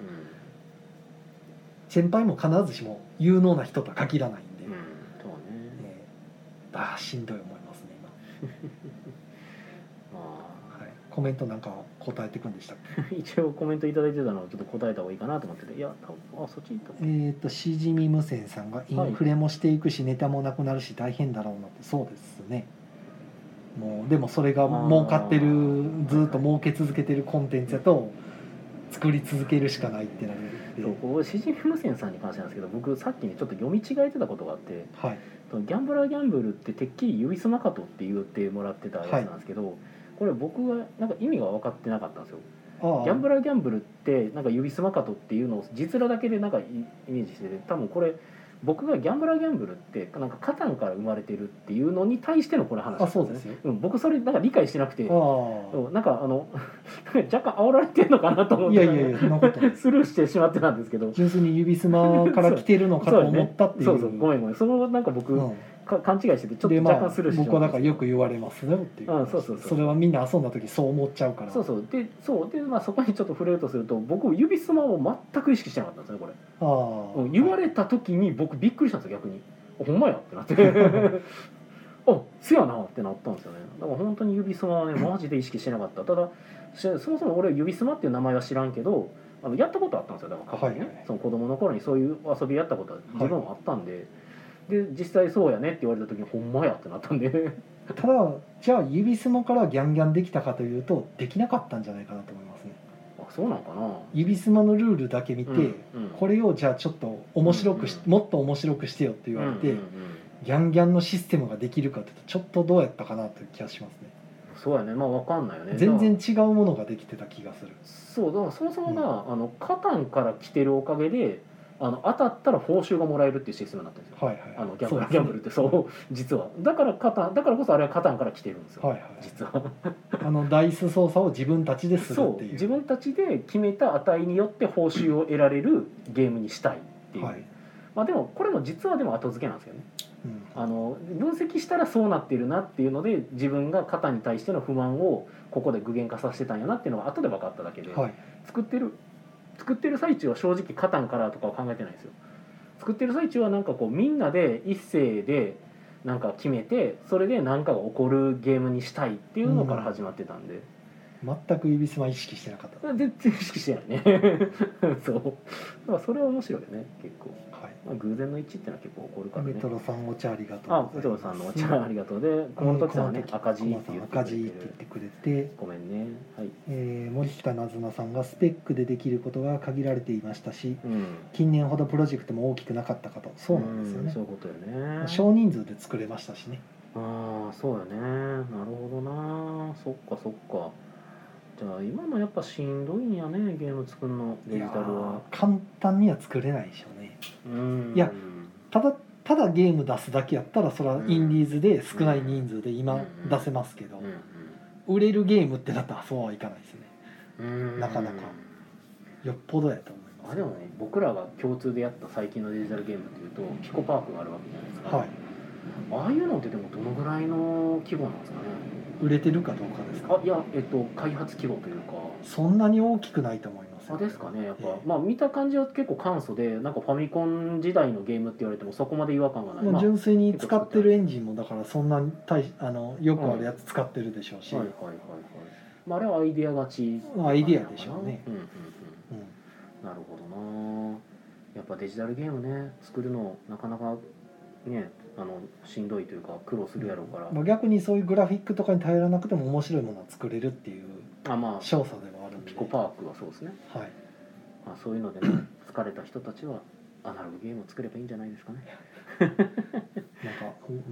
[SPEAKER 2] 先輩も必ずしも有能な人とは限らないんで、
[SPEAKER 1] んうん、そうね
[SPEAKER 2] えーあーしんどい思いますね
[SPEAKER 1] ま
[SPEAKER 2] 今、はい、コメントなんか答えてくんでしたっけ
[SPEAKER 1] あ 一応コメント頂いただいてたのをちょっと答えた方がいいかなと思ってていや多分あそっち行った
[SPEAKER 2] えー、としじみ無線さんがインフレもしていくし、ネタもなくなるし大変だろうなってそうですねもうでもそれが儲かって
[SPEAKER 1] あ
[SPEAKER 2] る
[SPEAKER 1] ー
[SPEAKER 2] ずっと儲け続けてるコンテンツやと作り続けるしかないってなるんで
[SPEAKER 1] そうこうしじみ無線さんに関してなんですけど僕さっきねちょっと読み違えてたことがあって
[SPEAKER 2] はい
[SPEAKER 1] 「ギャンブラーギャンブル」っててっきり指すまかとって言ってもらってたやつなんですけど、これ僕がなんか意味が分かってなかったんですよ。
[SPEAKER 2] あー
[SPEAKER 1] ギャンブラーギャンブルってなんか指すまかとっていうのを実らだけでなんかイイメージしてて多分これ僕がギャンブラーギャンブルってなんかカタンから生まれてるっていうのに対してのこれ話だ
[SPEAKER 2] あ
[SPEAKER 1] った
[SPEAKER 2] そ
[SPEAKER 1] ん
[SPEAKER 2] うです
[SPEAKER 1] ね。
[SPEAKER 2] よ
[SPEAKER 1] うん、僕それなんか理解してなくて
[SPEAKER 2] あ
[SPEAKER 1] うんなんかあの 若干煽られてるのかなと思
[SPEAKER 2] あ
[SPEAKER 1] っ
[SPEAKER 2] い
[SPEAKER 1] て
[SPEAKER 2] やいやいやそんなことない
[SPEAKER 1] スルーしてしまってたんですけど
[SPEAKER 2] 純粋に指すまから来てるのかと思ったっていう
[SPEAKER 1] そうそうごめんごめんそのなんか僕、
[SPEAKER 2] うん
[SPEAKER 1] か勘違いしててちょっと
[SPEAKER 2] でまあ
[SPEAKER 1] 若干スルーしてし
[SPEAKER 2] 僕
[SPEAKER 1] ま
[SPEAKER 2] は
[SPEAKER 1] った
[SPEAKER 2] だ
[SPEAKER 1] ん
[SPEAKER 2] か
[SPEAKER 1] で
[SPEAKER 2] ら
[SPEAKER 1] すけど
[SPEAKER 2] よく言われますねっていう話
[SPEAKER 1] うんそうそうそう
[SPEAKER 2] れはみんな遊んだ時そう思っちゃうから
[SPEAKER 1] そうそうでそうでまあそこにちょっと触れるとすると僕指すまを全く意識してなかったんですねこれ
[SPEAKER 2] ああ
[SPEAKER 1] うん言われた時に僕びっくりしたんですよ逆にあほんまやってなって あせやなってなったんですよねだから本当に指すまはねマジで意識してなかったただしそもそも俺指すまっていう名前は知らんけどあのやったことあったんですよだから過去にね、
[SPEAKER 2] はいはい
[SPEAKER 1] その子供の頃にそういう遊びやったことは自分もあったんで、で実際そうやねって言われた時にほんまやってなったんで
[SPEAKER 2] ただじゃあ指相撲からギャンギャンできたかというとできなかったんじゃないかなと思いますね
[SPEAKER 1] あそうなのかな
[SPEAKER 2] 指相撲のルールだけ見て、
[SPEAKER 1] うんうん
[SPEAKER 2] これをじゃあちょっと面白くし、
[SPEAKER 1] うんう
[SPEAKER 2] もっと面白くしてよって言われて、
[SPEAKER 1] うんうんうん
[SPEAKER 2] ギャンギャンのシステムができるかっていうとちょっとどうやったかなという気がしますね
[SPEAKER 1] そうやねまあわかんないよね
[SPEAKER 2] 全
[SPEAKER 1] だ
[SPEAKER 2] 然
[SPEAKER 1] から
[SPEAKER 2] 違うものができてた気がする
[SPEAKER 1] そうだからそもそもが、あのカタンから来てるおかげであの当たったら報酬がもらえるっていうシステムになったんですよ
[SPEAKER 2] はいはい
[SPEAKER 1] あのギャン
[SPEAKER 2] そ
[SPEAKER 1] ブ
[SPEAKER 2] う
[SPEAKER 1] ル
[SPEAKER 2] です
[SPEAKER 1] ギャンブルってそう実はだからカタンだからこそあれはカタンから来てるんですよ、
[SPEAKER 2] はいはい
[SPEAKER 1] 実は
[SPEAKER 2] あのダイス操作を自分たちでするっ
[SPEAKER 1] そ
[SPEAKER 2] て
[SPEAKER 1] う
[SPEAKER 2] いう
[SPEAKER 1] 自分たちで決めた値によって報酬を得られるゲームにしたいっていう、
[SPEAKER 2] はい、
[SPEAKER 1] まあでもこれも実はでも後付けなんですよね
[SPEAKER 2] うん、
[SPEAKER 1] あの分析したらそうなっているなっていうので自分が肩に対しての不満をここで具現化させてたんやなっていうのが後で分かっただけで、
[SPEAKER 2] はい
[SPEAKER 1] 作ってる作ってる最中は正直カタンからとかは考えてないんですよ作ってる最中はなんかこうみんなで一斉でなんか決めてそれで何かが起こるゲームにしたいっていうのから始まってたんで、
[SPEAKER 2] 全く指相撲意識してなかった、
[SPEAKER 1] 全然意識してないね そうだからそれは面白いよね結構、
[SPEAKER 2] はい、
[SPEAKER 1] まあ、偶然の一致っていうのは結構起こるからね
[SPEAKER 2] メトロさんお茶ありがとう
[SPEAKER 1] あ、武藤さんのお茶ありが とうで、小室時さんはね、赤字って
[SPEAKER 2] さ
[SPEAKER 1] 言っ
[SPEAKER 2] ん
[SPEAKER 1] て
[SPEAKER 2] 赤
[SPEAKER 1] く
[SPEAKER 2] 字
[SPEAKER 1] れ
[SPEAKER 2] って
[SPEAKER 1] て
[SPEAKER 2] 言っ
[SPEAKER 1] る。
[SPEAKER 2] てくれて、
[SPEAKER 1] ごめんね。はい。
[SPEAKER 2] えー森下なずなさんがスペックでできることが限られていましたし
[SPEAKER 1] うん。
[SPEAKER 2] 近年ほどプロジェクトも大きくなかったかとそうなんですよ
[SPEAKER 1] そ
[SPEAKER 2] ね
[SPEAKER 1] ういうことよね。
[SPEAKER 2] 少人数で作れましたしね
[SPEAKER 1] ああ、そうよね。なるほどな。そっかそっか。じゃあ今もやっぱしんどいんやね、ゲーム作るのデジタル
[SPEAKER 2] いや
[SPEAKER 1] は。
[SPEAKER 2] ー簡単には作れないでしょうね
[SPEAKER 1] うん。
[SPEAKER 2] いやただただゲーム出すだけやったらそれはインディーズで少ない人数で今
[SPEAKER 1] うん
[SPEAKER 2] 出せますけど
[SPEAKER 1] うん
[SPEAKER 2] 売れるゲームってなったらそうはいかないですね
[SPEAKER 1] うん。
[SPEAKER 2] なかなかよっぽどやと思います
[SPEAKER 1] あでもね、僕らが共通でやった最近のデジタルゲームっていうとピコパークがあるわけじゃないですか、
[SPEAKER 2] はい
[SPEAKER 1] ああいうのってでもどのぐらいの規模なんですかね
[SPEAKER 2] 売れてるかどうかですか
[SPEAKER 1] あいや、えっと、開発規模というか
[SPEAKER 2] そんなに大きくないと思いますよ
[SPEAKER 1] あですかねやっぱ、
[SPEAKER 2] ええ
[SPEAKER 1] まあ見た感じは結構簡素でなんかファミコン時代のゲームって言われてもそこまで違和感がない、
[SPEAKER 2] も
[SPEAKER 1] ま
[SPEAKER 2] う
[SPEAKER 1] あはい
[SPEAKER 2] 純粋に使ってるエンジンもだからそんなに大しあのよくあるやつ使ってるでしょうし、
[SPEAKER 1] はいはいはいまあ、あれはアイディア勝ち
[SPEAKER 2] アイディアでしょうね、
[SPEAKER 1] うんうんうん、
[SPEAKER 2] うん
[SPEAKER 1] なるほどなやっぱデジタルゲームね作るのなかなかねあのしんどいというか苦労するやろうから、
[SPEAKER 2] まあ、逆にそういうグラフィックとかに頼らなくても面白いものは作れるっていう
[SPEAKER 1] あまあ
[SPEAKER 2] 少佐ではあるんで
[SPEAKER 1] ピコパークはそうですね、
[SPEAKER 2] はい
[SPEAKER 1] まあ、そういうのでね 疲れた人たちはアナログゲームを作ればいいんじゃないですかね
[SPEAKER 2] なんか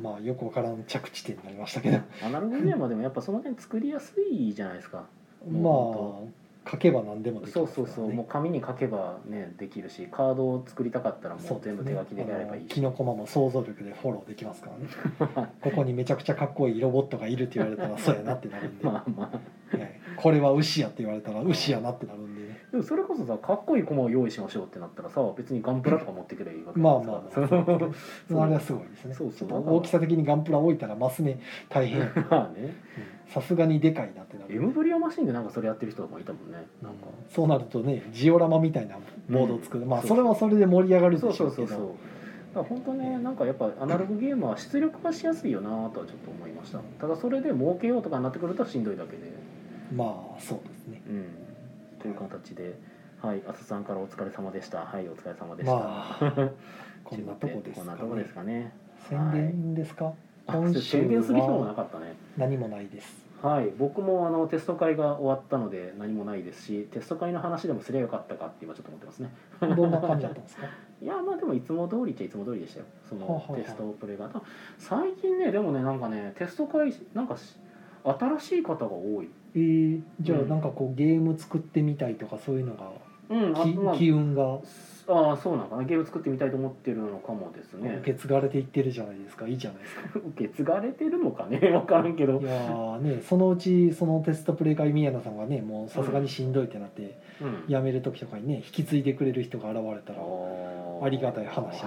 [SPEAKER 2] まあよくわからん着地点になりましたけど
[SPEAKER 1] アナログゲームはでもやっぱその点作りやすいじゃないですか
[SPEAKER 2] まあ書けば何でもでき
[SPEAKER 1] そ
[SPEAKER 2] ま
[SPEAKER 1] う
[SPEAKER 2] すか
[SPEAKER 1] そ
[SPEAKER 2] ら、
[SPEAKER 1] う
[SPEAKER 2] ね、
[SPEAKER 1] そうもう紙に書けばねできるしカードを作りたかったらもう全部手書きでやればいい
[SPEAKER 2] キ
[SPEAKER 1] し
[SPEAKER 2] ノコマも想像力でフォローできま すからねここにめちゃくちゃかっこいいロボットがいるって言われたらそうやなってなるんで、
[SPEAKER 1] まあまあ
[SPEAKER 2] はいこれは牛やって言われたら牛やなってなるんで、ね、
[SPEAKER 1] でもそれこそさかっこいい駒を用意しましょうってなったらさ別にガンプラとか持ってくればいいわけ
[SPEAKER 2] まあまあまあ
[SPEAKER 1] じゃないですかそう
[SPEAKER 2] あれはすごいですね
[SPEAKER 1] そうそう
[SPEAKER 2] ちょっと大きさ的にガンプラ置いたらマス目 大変うん
[SPEAKER 1] まあね
[SPEAKER 2] さすがにでかいなってなる
[SPEAKER 1] エムブリアマシンでなんかそれやってる人とかもいたもんね
[SPEAKER 2] な
[SPEAKER 1] なんん
[SPEAKER 2] か
[SPEAKER 1] か
[SPEAKER 2] そうなるとねジオラマみたいなボードを作る、
[SPEAKER 1] うん
[SPEAKER 2] まあ
[SPEAKER 1] そう
[SPEAKER 2] そ
[SPEAKER 1] そう
[SPEAKER 2] れはそれで盛り上がる
[SPEAKER 1] そ
[SPEAKER 2] で
[SPEAKER 1] う
[SPEAKER 2] し
[SPEAKER 1] そ
[SPEAKER 2] ょ
[SPEAKER 1] う
[SPEAKER 2] う
[SPEAKER 1] そ
[SPEAKER 2] け
[SPEAKER 1] うそう
[SPEAKER 2] ど
[SPEAKER 1] だから本当ねなんかやっぱアナログゲームは出力がしやすいよなとはちょっと思いましたただそれで儲けようとかになってくるとしんどいだけで
[SPEAKER 2] まあそうですね
[SPEAKER 1] うんという形で、はい、浅田さんからお疲れ様でした。はい、お疲れ様でした。
[SPEAKER 2] ま あこんなとこです
[SPEAKER 1] こん
[SPEAKER 2] か
[SPEAKER 1] な
[SPEAKER 2] ね
[SPEAKER 1] とこですかね。
[SPEAKER 2] 宣伝ですか、
[SPEAKER 1] あ
[SPEAKER 2] 今週は
[SPEAKER 1] 宣言する日もなかったね。
[SPEAKER 2] 何もないです
[SPEAKER 1] はい、僕もあのテスト会が終わったので何もないですし、テスト会の話でもすればよかったかって今ちょっと思ってますね。
[SPEAKER 2] どんな感じだったんですか
[SPEAKER 1] いやまあでもいつも通りっちゃいつも通りでしたよ。そ
[SPEAKER 2] はあは
[SPEAKER 1] の
[SPEAKER 2] あ
[SPEAKER 1] テストプレイが、あ最近ねでもねなんかねテスト会なんかし新しい方が多い。
[SPEAKER 2] えー、じゃあ
[SPEAKER 1] うん
[SPEAKER 2] なんかこうゲーム作ってみたいとかそういうのが、
[SPEAKER 1] うん、あ
[SPEAKER 2] き
[SPEAKER 1] まあ
[SPEAKER 2] 機運が
[SPEAKER 1] あーそうなのかなゲーム作ってみたいと思ってるのかもですね
[SPEAKER 2] 受け継がれていってるじゃないですかいいじゃないですか
[SPEAKER 1] 受け継がれてるのかね 分からんけど
[SPEAKER 2] い、やーねそのうちそのテストプレイ会宮野さんがねもうさすがにしんどいってなって
[SPEAKER 1] うん
[SPEAKER 2] 辞める時とかにね引き継いでくれる人が現れたら
[SPEAKER 1] あー
[SPEAKER 2] ありがたい 話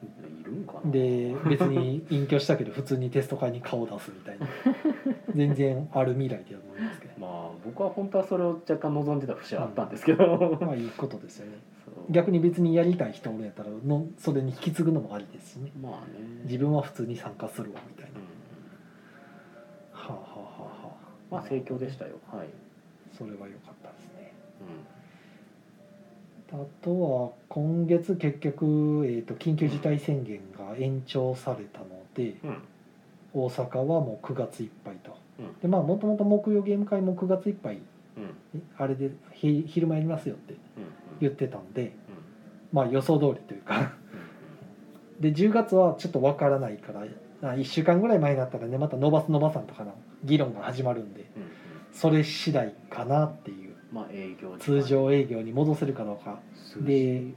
[SPEAKER 1] いるんかな
[SPEAKER 2] で別に隠居したけど普通にテスト会に顔出すみたいな 全然ある未来では思いますけ
[SPEAKER 1] まあ僕は本当はそれを若干望んでた節はあったんですけど
[SPEAKER 2] ど、まあいいことですよね
[SPEAKER 1] そう
[SPEAKER 2] 逆に別にやりたい人おるんやったらのそれに引き継ぐのもありですしね
[SPEAKER 1] まあね
[SPEAKER 2] 自、分は普通に参加するわみたい
[SPEAKER 1] うん
[SPEAKER 2] なはあはあはあはあ
[SPEAKER 1] まあ盛況でしたよはい、
[SPEAKER 2] それは良かったですね
[SPEAKER 1] う
[SPEAKER 2] あとは今月結局、えー、と緊急事態宣言が延長されたので、
[SPEAKER 1] んうん
[SPEAKER 2] 大阪はもう9月いっぱいと、
[SPEAKER 1] うん
[SPEAKER 2] でまあもともと木曜ゲーム会も9月いっぱい
[SPEAKER 1] うんうん
[SPEAKER 2] あれでひ昼間やりますよって
[SPEAKER 1] うん
[SPEAKER 2] 言ってたんで
[SPEAKER 1] うん
[SPEAKER 2] まあ予想通りというかで10月はちょっとわからないからあ1週間ぐらい前になったらねまた伸ばす伸ばさんとかの議論が始まるんで
[SPEAKER 1] うんうん
[SPEAKER 2] それ次第かなっていう
[SPEAKER 1] まあ営業時間
[SPEAKER 2] 通常営業に戻せるかどうか
[SPEAKER 1] 数字
[SPEAKER 2] で
[SPEAKER 1] うん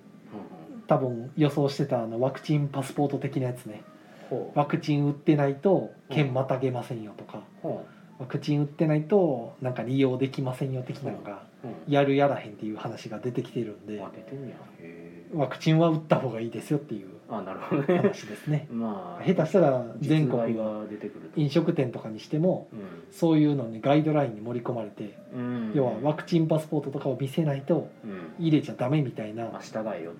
[SPEAKER 2] 多分予想してたあのワクチンパスポート的なやつね
[SPEAKER 1] ほう
[SPEAKER 2] ワクチン打ってないと県またげませんよとか
[SPEAKER 1] ほ
[SPEAKER 2] ワクチン打ってないとなんか利用できませんよ的なのが
[SPEAKER 1] ううん
[SPEAKER 2] やるやらへんっていう話が出てきてるんで
[SPEAKER 1] あ出てんねやへえ
[SPEAKER 2] ワクチンは打った方がいいですよっていう
[SPEAKER 1] あなるほどね
[SPEAKER 2] 話です ね
[SPEAKER 1] まあ
[SPEAKER 2] 下手したら全
[SPEAKER 1] 実
[SPEAKER 2] 国
[SPEAKER 1] 害が出てくると
[SPEAKER 2] 飲食店とかにしても
[SPEAKER 1] うん
[SPEAKER 2] そういうのにガイドラインに盛り込まれて
[SPEAKER 1] うん
[SPEAKER 2] 要はワクチンパスポートとかを見せないと
[SPEAKER 1] うん
[SPEAKER 2] 入れちゃダメみたいな
[SPEAKER 1] まあ、従えよと、
[SPEAKER 2] うん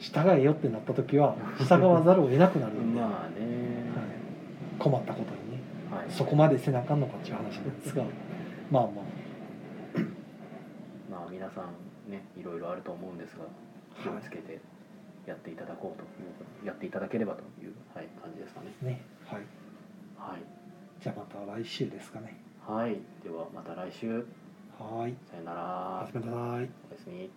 [SPEAKER 2] 従えよってなった時は従わざるを得なくなる
[SPEAKER 1] うんん
[SPEAKER 2] で、
[SPEAKER 1] まあね、
[SPEAKER 2] 困ったことにね
[SPEAKER 1] はい
[SPEAKER 2] そこまでせなあかんのかっていう話なんですがまあま
[SPEAKER 1] まあ皆さんねいろいろあると思うんですが気
[SPEAKER 2] あ、
[SPEAKER 1] を
[SPEAKER 2] は
[SPEAKER 1] つけてやっていただこうということやっていただければという、はい、感じですかね
[SPEAKER 2] い、ねはい、
[SPEAKER 1] はい、
[SPEAKER 2] じゃあまた来週ですかね
[SPEAKER 1] はい、ではまた来週
[SPEAKER 2] はーい
[SPEAKER 1] さよな
[SPEAKER 2] おや
[SPEAKER 1] ら
[SPEAKER 2] すみなさい
[SPEAKER 1] おやすみ